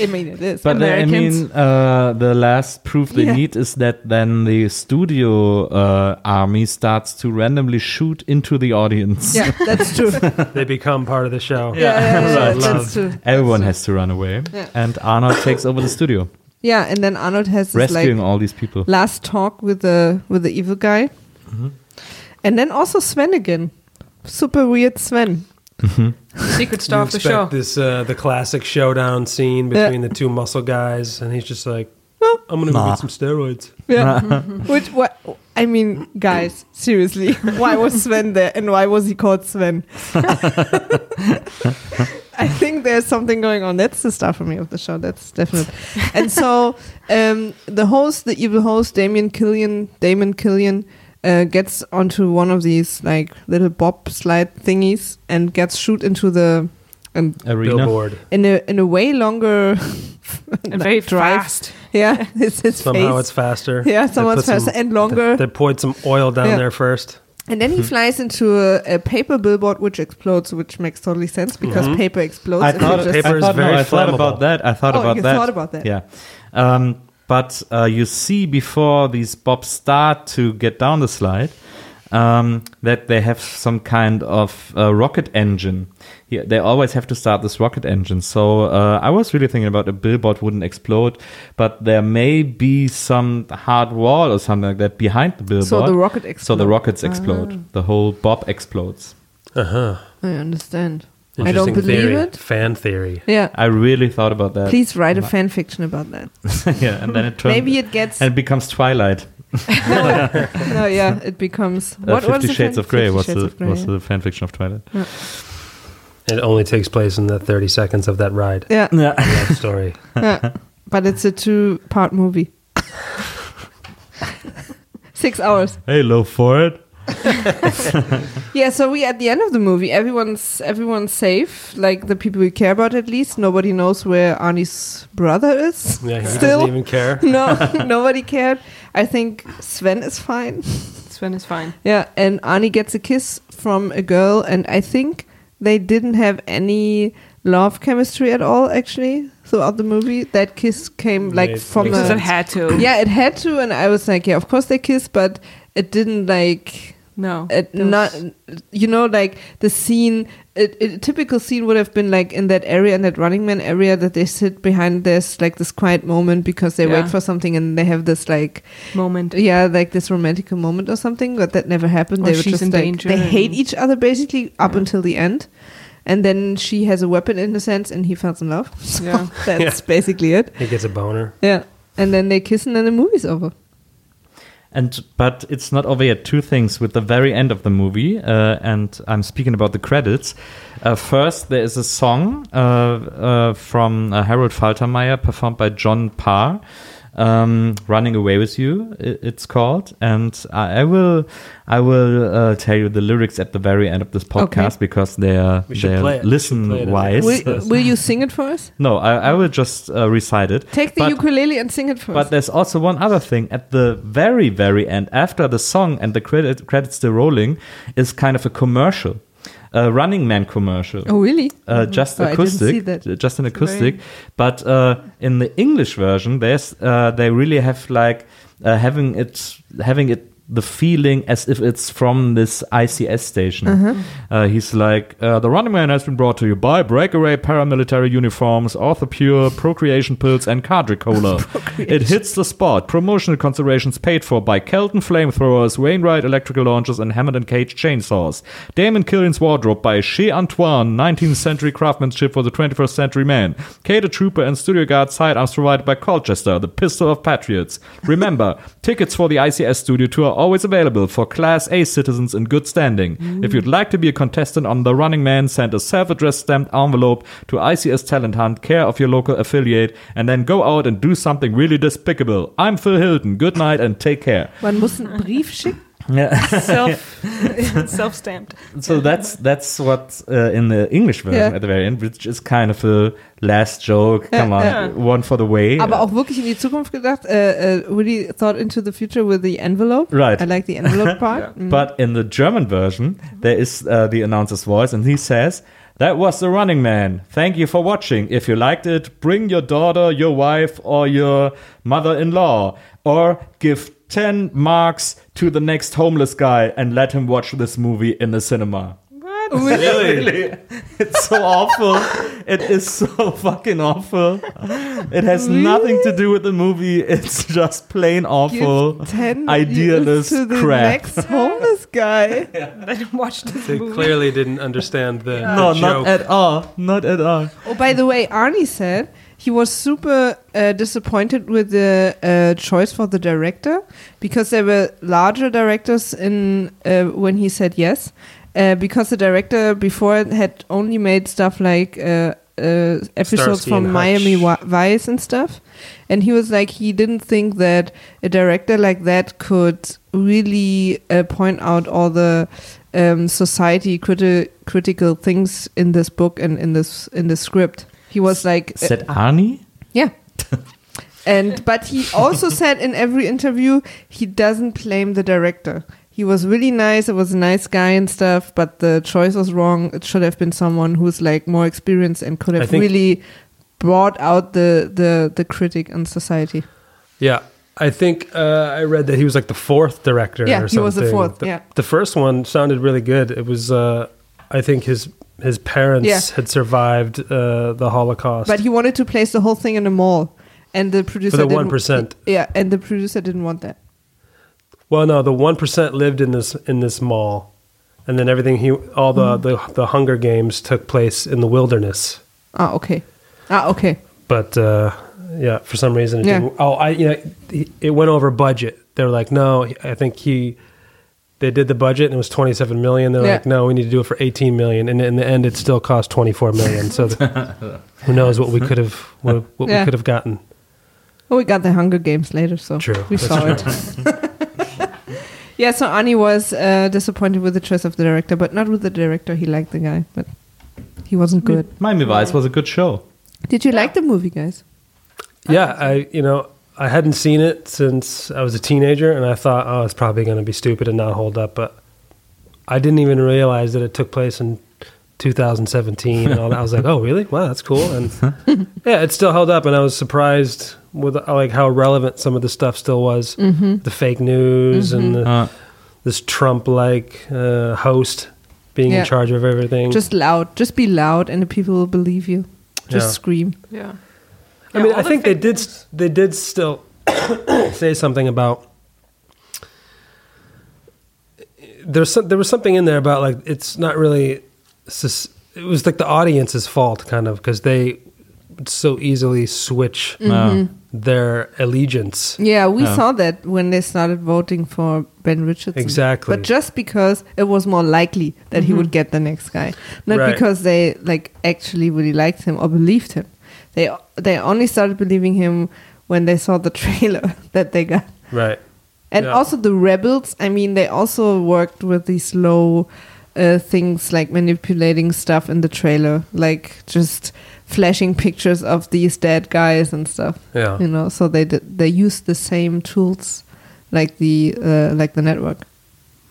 S2: I mean it is
S4: But uh, I
S6: Americans.
S4: mean, uh, the last proof they
S2: Yeah.
S4: need is that then the studio uh, army starts to randomly shoot into the audience.
S2: yeah that's true yeah,
S5: they become part of the show.
S2: yeah, yeah, yeah,
S5: Love,
S2: that's
S5: love.
S2: true
S4: Everyone has to run away,
S2: Yeah.
S4: and Arnold takes over the studio,
S2: yeah and then Arnold has this like
S4: rescuing all these people.
S2: last talk with the with the evil guy,
S4: Mm-hmm.
S2: and then also Sven again. Super weird Sven.
S6: Secret
S5: You
S6: star of the
S5: expect
S6: show.
S5: this uh, the classic showdown scene between the two muscle guys, and he's just like, "I'm gonna go
S4: Nah.
S5: get some steroids."
S2: Yeah, which what I mean, guys, seriously, why was Sven there and why was he called Sven? I think there's something going on. That's the star for me of the show. That's definite. And so um, the host, the evil host, Damien Killian, Damon Killian, uh, gets onto one of these like little bobsled thingies and gets shoot into the um,
S4: Arena.
S5: Billboard.
S2: in a in a way longer
S6: and very
S2: drive.
S6: fast.
S2: Yeah, it's his
S5: Somehow
S2: face.
S5: it's faster.
S2: yeah,
S5: They
S2: someone's
S5: put some-
S2: faster and longer.
S5: They, they poured some oil down
S2: Yeah.
S5: there first.
S2: and
S4: Mm-hmm.
S2: then he flies into a, a paper billboard which explodes, which makes totally sense because paper explodes.
S4: Mm-hmm. I
S2: if you
S4: thought,
S2: just-
S5: Paper
S4: I
S5: is
S4: thought, no,
S5: very
S4: I thought
S5: flammable.
S4: about that. I thought
S2: Oh,
S4: about
S2: you
S4: that.
S2: thought about that.
S4: Yeah. Um, but uh, you see before these bobs start to get down the slide um, that they have some kind of uh, rocket engine. Yeah, they always have to start this rocket engine. So uh, I was really thinking about a billboard wouldn't explode, but there may be some hard wall or something like that behind the billboard.
S2: the rocket
S4: So
S2: explode.
S4: the
S2: Ah.
S4: rockets explode. The whole bob explodes.
S6: Uh-huh.
S2: I understand. I don't
S5: Interesting
S2: believe
S5: theory.
S2: it.
S5: Fan theory.
S2: Yeah,
S4: I really thought about that.
S2: please write a fan fiction about that.
S4: yeah, and then it turns.
S2: Maybe it gets
S4: and it becomes Twilight.
S2: no, yeah, it becomes
S4: Uh,
S2: what, what's
S4: Fifty
S2: the
S4: Shades
S2: fan-
S4: of Grey
S2: Fifty
S4: was
S2: Shades
S4: the
S2: of Grey,
S4: was
S2: yeah.
S4: the fan fiction of Twilight.
S5: It only takes place in the 30 seconds of that ride.
S2: yeah,
S4: Yeah,
S5: That story.
S2: yeah. but it's a two-part movie, six hours.
S4: hey, low for it.
S2: Yeah, so we at the end of the movie, everyone's everyonene's safe. Like the people we care about, at least nobody knows where Arnie's brother is.
S5: Yeah, he
S2: Still,
S5: doesn't even care.
S2: no, nobody cared. I think Sven is fine.
S6: Sven is fine.
S2: Yeah, and Arnie gets a kiss from a girl, and I think they didn't have any love chemistry at all, actually, throughout the movie. That kiss came like
S5: Makes-
S2: from
S5: makes
S6: Because
S2: a.
S6: it had to.
S2: Yeah, it had to, and I was like, yeah, of course they kiss, but it didn't like
S6: No.
S2: it
S6: there was-
S2: Uh, not you know like the scene it, it- a typical scene would have been like in that area in that running man area that they sit behind this like this quiet moment because they
S6: Yeah.
S2: wait for something and they have this like
S6: moment.
S2: yeah like this romantic moment or something but that never happened
S6: Or
S2: they were
S6: Oh, she's
S2: just
S6: in
S2: like
S6: danger
S2: they hate
S6: and-
S2: each other basically up until the end and then she has a weapon in his hands and he falls in love so
S6: Yeah.
S2: that's basically it
S5: He gets a boner.
S2: yeah and then they kiss and then the movie's over
S4: And but it's not over yet. Two things with the very end of the movie, uh, and I'm speaking about the credits. Uh, first, there is a song uh, uh, from uh, Harold Faltermeyer performed by John Parr, um, "Running Away with You." i- It's called, and I, I will I will uh, tell you the lyrics at the very end of this podcast because they're
S5: We should
S4: they're
S5: play it. We should play it.
S4: listen wise.
S2: will, will you sing it for us
S4: No, I, I will just uh, recite it.
S2: take the
S4: But-
S2: ukulele and sing it for us
S4: but there's also one other thing at the very, very end, after the song and the credit, credits still rolling, is kind of a commercial, a Running Man commercial.
S2: oh really
S4: Uh, just
S2: Oh, I didn't
S4: acoustic,
S2: see that.
S4: uh, just an acoustic. But uh, in the English version, there's uh, they really have like uh, having it, having it the feeling as if it's from this ICS station.
S2: Uh-huh.
S4: Uh, he's like, uh, the Running Man has been brought to you by Breakaway paramilitary uniforms, Orthopure, Procreation pills, and Cadricola. it hits the spot. Promotional considerations paid for by Kelton flamethrowers, Wainwright electrical launchers, and Hammond and Cage chainsaws. Damon Killian's wardrobe by Chez Antoine, 19th century craftsmanship for the 21st century man. Cater Trooper and Studio Guard sidearms provided by Colchester, the pistol of patriots. Remember, tickets for the ICS studio tour are always available for Class A citizens in good standing. If you'd like to be a contestant on The Running Man, send a self addressed stamped envelope to ICS Talent Hunt, care of your local affiliate, and then go out and do something really despicable. I'm Phil Hilton. Good night and take care.
S2: Man muss einen Brief schicken.
S6: Self, self-stamped.
S4: So that's that's what uh, in the English version
S2: Yeah.
S4: at the very end, which is kind of a last joke. Come on,
S6: yeah.
S4: one for the way.
S2: Aber auch wirklich in die Zukunft gedacht. Äh, äh, Woody thought into the future with the envelope.
S4: Right.
S2: I like the envelope part. Mm.
S4: But in the German version, there is uh, the announcer's voice, and he says, That was the running man. Thank you for watching. If you liked it, bring your daughter, your wife, or your mother in law, or give 10 marks to the next homeless guy and let him watch this movie in the cinema. Really? It's so awful. It is so fucking awful. It has nothing to do with the movie. It's just plain awful,
S2: Give 10
S4: idealist
S2: years to the
S4: crap.
S2: next homeless guy.
S6: I didn't watch this
S5: They
S6: movie.
S5: clearly didn't understand the,
S4: No,
S5: the
S4: not
S5: joke.
S4: at all. Not at all.
S2: Oh, by the way, Arnie said he was super uh, disappointed with the uh, choice for the director because there were larger directors in uh, when he said yes. Uh, because the director before had only made stuff like uh, uh, episodes
S5: Starsky
S2: from
S5: and
S2: Miami
S5: Hutch.
S2: Wi- Vice and stuff, and he was like he didn't think that a director like that could really uh, point out all the um, society criti- critical things in this book and in this in the script. He was like, uh,
S4: Said Arnie?
S2: yeah. and but he also said in every interview he doesn't blame the director. He was really nice. It was a nice guy and stuff, but the choice was wrong. It should have been someone who's like more experienced and could
S5: I
S2: have
S5: think-
S2: really brought out the the the critic and society.
S5: Yeah. I think uh, I read that he was like the fourth director
S2: Yeah,
S5: or
S2: he
S5: something.
S2: was the fourth,
S5: The,
S2: yeah.
S5: the first one sounded really good. It was, uh, I think his his parents
S2: Yeah.
S5: had survived uh, the Holocaust.
S2: But he wanted to place the whole thing in a mall, and the producer
S5: the
S2: didn't-
S5: 1%.
S2: Yeah, and the producer didn't want that.
S5: well, no, the one percent lived in this in this mall, and then everything he all the,
S2: Mm-hmm.
S5: the the Hunger Games took place in the wilderness.
S2: Ah, okay. Ah, okay.
S5: But uh, yeah, for some reason, it
S2: Yeah.
S5: didn't, oh, I you know it- it went over budget. They were like, no, I think he. They did the budget and it was twenty seven million. They're
S2: Yeah.
S5: like, no, we need to do it for eighteen million, and in the end, it still cost twenty four million. So the- who knows what we could have what, what
S2: Yeah.
S5: we could have gotten?
S2: Well, we got the Hunger Games later, so
S5: True,
S2: we
S5: that's
S2: saw it. yeah, so Ani was uh, disappointed with the choice of the director, but not with the director. He liked the guy, but he wasn't good.
S4: Miami Vice was a good show.
S2: Did you like the movie, guys?
S5: Yeah, I you know I hadn't seen it since I was a teenager, and I thought, oh, it's probably going to be stupid and not hold up. But I didn't even realize that it took place in 2017 and all that. I was like, oh, really? Wow, that's cool. And yeah, it still held up, and I was surprised with uh, like how relevant some of the stuff still was.
S2: Mm-hmm.
S5: The fake news and the,
S4: Uh,
S5: this Trump-like uh, host being
S2: Yeah.
S5: in charge of everything.
S2: Just loud. Just be loud and the people will believe you. Just
S5: Yeah.
S2: scream.
S6: Yeah.
S5: I
S6: Yeah,
S5: mean,
S6: all
S5: I
S6: the
S5: think they
S6: fake
S5: did. s- They did still say something about. There's some, there was something in there about like it's not really. sus- It was like the audience's fault, kind of, because they so easily switch
S6: Mm-hmm.
S5: their allegiance.
S2: Yeah, we
S4: Yeah.
S2: saw that when they started voting for Ben Richardson.
S5: Exactly. Mm-hmm.
S2: But just because it was more likely that he would get the next guy, not
S5: Right.
S2: because they like actually really liked him or believed him. They they only started believing him when they saw the trailer that they got.
S5: Right.
S2: And
S5: Yeah.
S2: also the rebels, I mean, they also worked with these low uh, things like manipulating stuff in the trailer, like just flashing pictures of these dead guys and stuff.
S5: Yeah.
S2: You know, so they did, they used the same tools, like the uh, like the network,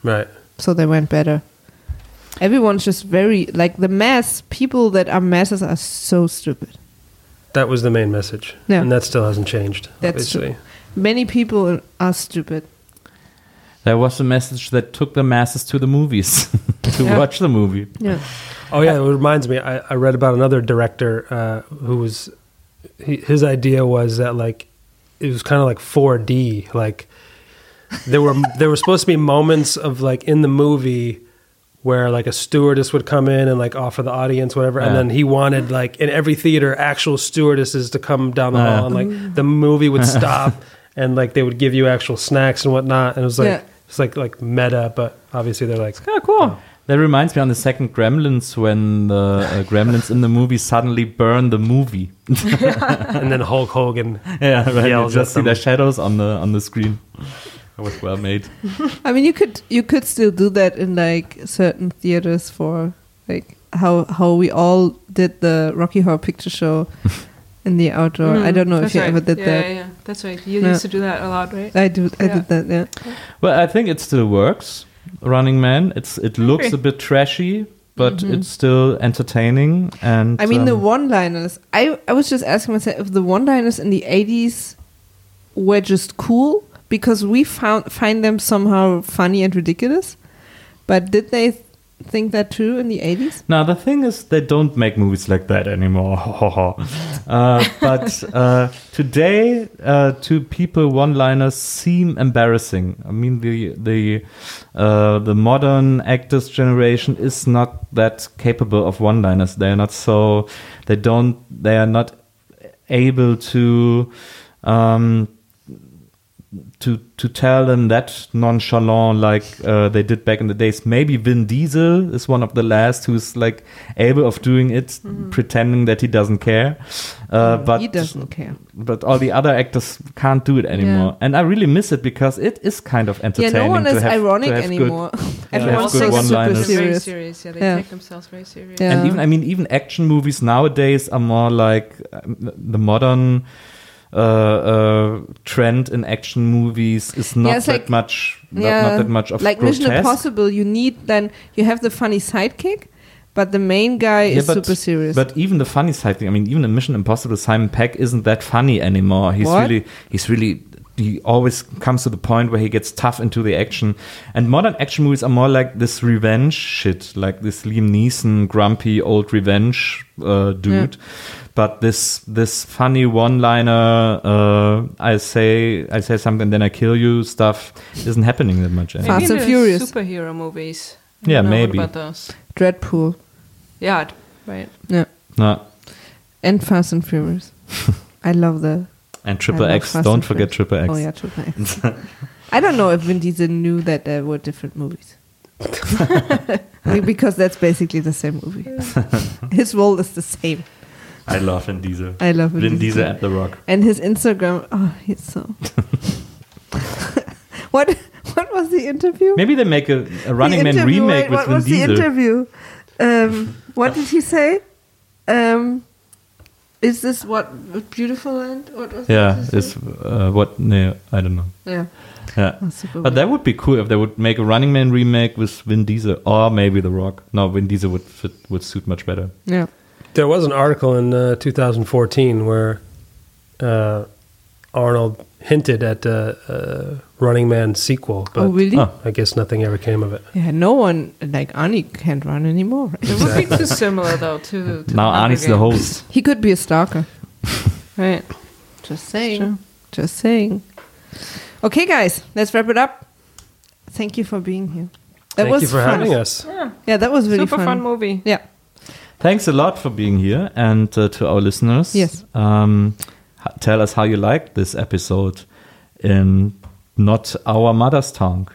S5: Right.
S2: so they went better. Everyone's just very like the mass people that are masses are so stupid.
S5: That was the main message,
S2: Yeah.
S5: and that still hasn't changed.
S2: That's
S5: obviously.
S2: true. Many people are stupid.
S4: That was a message that took the masses to the movies to
S2: Yeah.
S4: watch the movie.
S2: Yeah.
S5: Oh yeah, it reminds me. I, I read about another director uh, who was he, his idea was that like it was kind of like 4D. Like there were there were supposed to be moments of like in the movie where like a stewardess would come in and like offer the audience whatever, and
S4: Yeah.
S5: then he wanted like in every theater actual stewardesses to come down the
S4: Yeah.
S5: hall and like the movie would stop and like they would give you actual snacks and whatnot, and it was like
S2: Yeah.
S5: it's like like meta, but obviously they're like
S6: Yeah, Oh, cool.
S4: That reminds me on the second Gremlins when the uh, Gremlins in the movie suddenly burn the movie.
S5: and then Hulk Hogan.
S4: Yeah, right.
S5: Yells
S4: you
S5: at
S4: just see
S5: them.
S4: the shadows on the on the screen. That was well made.
S2: I mean, you could you could still do that in like certain theaters for like how how we all did the Rocky Horror Picture Show in the outdoor. I don't know
S6: Mm,
S2: if
S6: That's
S2: you
S6: right.
S2: ever did
S6: yeah,
S2: that.
S6: Yeah, yeah, that's right. You
S2: Yeah.
S6: used to do that a lot, right?
S2: I do. I
S6: Yeah.
S2: did that. Yeah.
S4: Well, I think it still works. Running Man. It's it looks
S6: Okay.
S4: a bit trashy, but it's still entertaining. And
S2: Mm-hmm. I mean, the
S4: um,
S2: one-liners. I I was just asking myself if the one-liners in the '80s were just cool because we found find them somehow funny and ridiculous, but did they think that too in the '80s?
S4: Now the thing is, they don't make movies like that anymore. uh, but uh, today, uh, to people, one-liners seem embarrassing. I mean, the the uh, the modern actors generation is not that capable of one-liners. They are not so. They don't. They are not able to. Um, to to tell them that nonchalant like uh, they did back in the days. Maybe Vin Diesel is one of the last who's like able of doing it, pretending that he doesn't care. Uh, but
S2: Mm-hmm. he doesn't care.
S4: But all the other actors can't do it anymore, and I really miss it because it is kind of
S2: Yeah,
S4: entertaining.
S2: no one
S4: to
S2: is
S4: have- to
S2: ironic
S4: have good-
S2: anymore. Everyone's
S4: good
S2: so super
S4: one-liners.
S6: Very
S2: serious.
S6: serious. Yeah, they
S2: Yeah.
S6: take themselves very serious.
S2: Yeah.
S4: And even I mean, even action movies nowadays are more like um, the modern uh, uh, trend in action movies is not
S2: it's
S4: that
S2: like-
S4: much. Not, not that much of
S2: like
S4: grotesque.
S2: Mission Impossible. You need then you have the funny sidekick, but the main guy is super serious.
S4: But even the funny side thing, I mean, even in Mission Impossible, Simon Peck isn't that funny anymore. He's
S2: What?
S4: really, he's really, he always comes to the point where he gets tough into the action. And modern action movies are more like this revenge shit, like this Liam Neeson grumpy old revenge uh, dude. But this this funny one-liner, uh, I say I say something, then I kill you stuff isn't happening that much anymore.
S2: Fast
S6: Maybe
S2: and
S6: the
S2: Furious.
S6: Superhero movies.
S4: Yeah,
S6: You know,
S4: maybe.
S6: What about those?
S2: Dreadpool,
S6: Yeah, d- right.
S2: yeah,
S4: No.
S2: and Fast and Furious. I love the
S4: And
S2: I
S4: Triple
S2: love
S4: X,
S2: Fast
S4: don't
S2: and
S4: forget Triple
S2: Furious.
S4: X.
S2: Oh yeah, Triple X. I don't know if Vin Diesel knew that there were different movies. Like, because that's basically the same movie. His role is the same.
S4: I love Vin Diesel.
S2: I love Vin,
S4: Vin Diesel at The Rock.
S2: And his Instagram, oh, he's so. what what was the interview?
S4: Maybe they make a, a Running
S2: The
S4: Man
S2: interview,
S4: remake
S2: wait,
S4: with
S2: what
S4: Vin
S2: was
S4: Diesel.
S2: the interview? Um, what did he say? Um, Is this what Beautiful Land? What was
S4: Yeah,
S2: that you
S4: is
S2: said?
S4: uh, what? Nee, I don't know.
S2: yeah.
S4: Yeah.
S2: Oh, super
S4: But that would be cool if they would make a Running Man remake with Vin Diesel or maybe The Rock. No, Vin Diesel would fit, would suit much better.
S2: Yeah.
S5: There was an article in uh, 2014 where uh, Arnold hinted at uh, uh, Running Man sequel, but
S2: oh, really?
S4: Ah.
S5: I guess nothing ever came of it.
S2: Yeah, no one like Arnie can't run anymore.
S6: It would be too similar though to, to
S4: now
S6: another
S4: Arnie's the
S6: game.
S4: host.
S2: He could be a stalker.
S6: Right.
S2: Just saying.
S6: Sure.
S2: Just saying. Okay, guys, let's wrap it up. Thank you for being here. That
S5: Thank
S2: was
S5: you for
S2: fun.
S5: having us.
S2: Yeah, that was really
S6: Super fun. movie.
S2: Yeah.
S4: Thanks a lot for being here and uh, to our listeners.
S2: Yes.
S4: Um, h- tell us how you liked this episode in not our mother's tongue.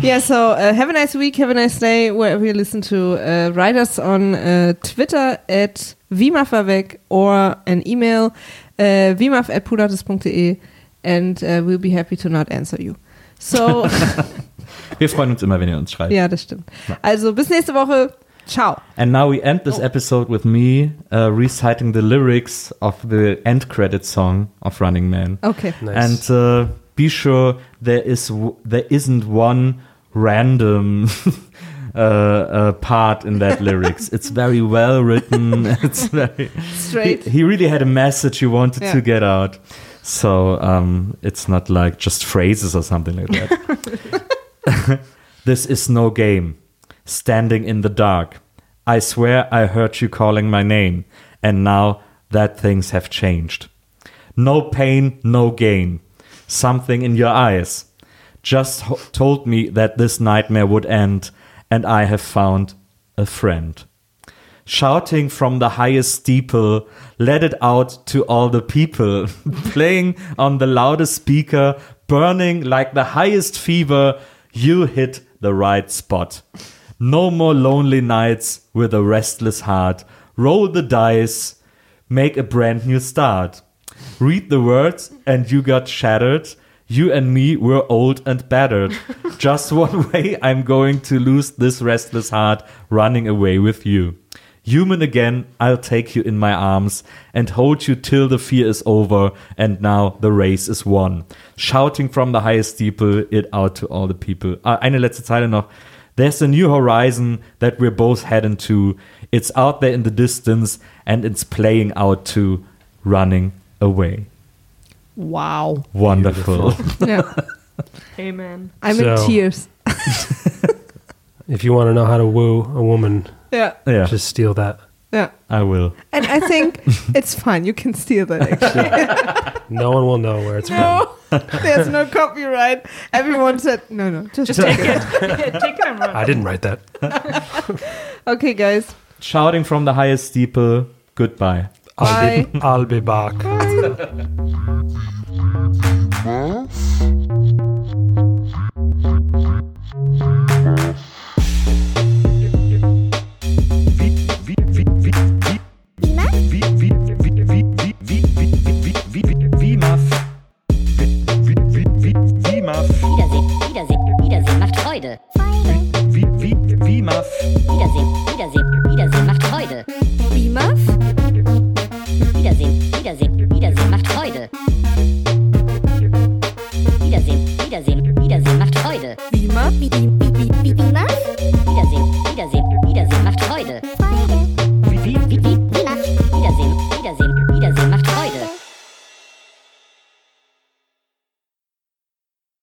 S2: yeah, so uh, have a nice week, have a nice day, wherever you listen to. Uh, write us on uh, Twitter at vimafavec E or an email uh, vimaf at pulatus.de E, and uh, we'll be happy to not answer you. So,
S4: Wir freuen uns immer, wenn ihr uns schreibt.
S2: ja, das stimmt. Also, bis nächste Woche. Ciao.
S4: And now we end this episode with me uh, reciting the lyrics of the end credit song of Running Man.
S2: Okay.
S5: Nice.
S4: And uh, be sure there is w- there isn't one random uh, uh, part in that lyrics. It's very well written. It's very he,
S2: Straight.
S4: he really had a message he wanted
S2: Yeah.
S4: to get out. So um, it's not like just phrases or something like that. this is no game. Standing in the dark. I swear I heard you calling my name. And now that things have changed. No pain, no gain. Something in your eyes just ho- told me that this nightmare would end, and I have found a friend shouting from the highest steeple, let it out to all the people, playing on the loudest speaker, burning like the highest fever, you hit the right spot. No more lonely nights with a restless heart. Roll the dice, make a brand new start. Read the words, and you got shattered. You and me were old and battered. Just one way I'm going to lose this restless heart, running away with you. Human again, I'll take you in my arms and hold you till the fear is over and now the race is won. Shouting from the highest steeple, it out to all the people. Ah, eine letzte Zeile noch. There's a new horizon that we're both heading to. It's out there in the distance and it's playing out to running away.
S2: Wow.
S4: Wonderful.
S2: Yeah.
S6: Amen.
S2: I'm in
S5: So-
S2: tears.
S5: if you want to know how to woo a woman,
S2: Yeah.
S4: yeah,
S5: just steal that.
S2: Yeah.
S4: I will.
S2: And I think it's fine. You can steal that actually.
S5: No one will know where it's from.
S2: No. There's no copyright. Everyone said no, no. Just, take it.
S6: Take it and run.
S5: I didn't write that.
S2: Okay, guys.
S4: Shouting from the highest steeple, goodbye.
S5: I'll be, I'll be back.
S1: Wiedersehen, Wiedersehen, Wiedersehen macht Freude. Wiedersehen, Wiedersehen, Wiedersehen macht Freude.
S3: BMAF?
S1: Wiedersehen, Wiedersehen,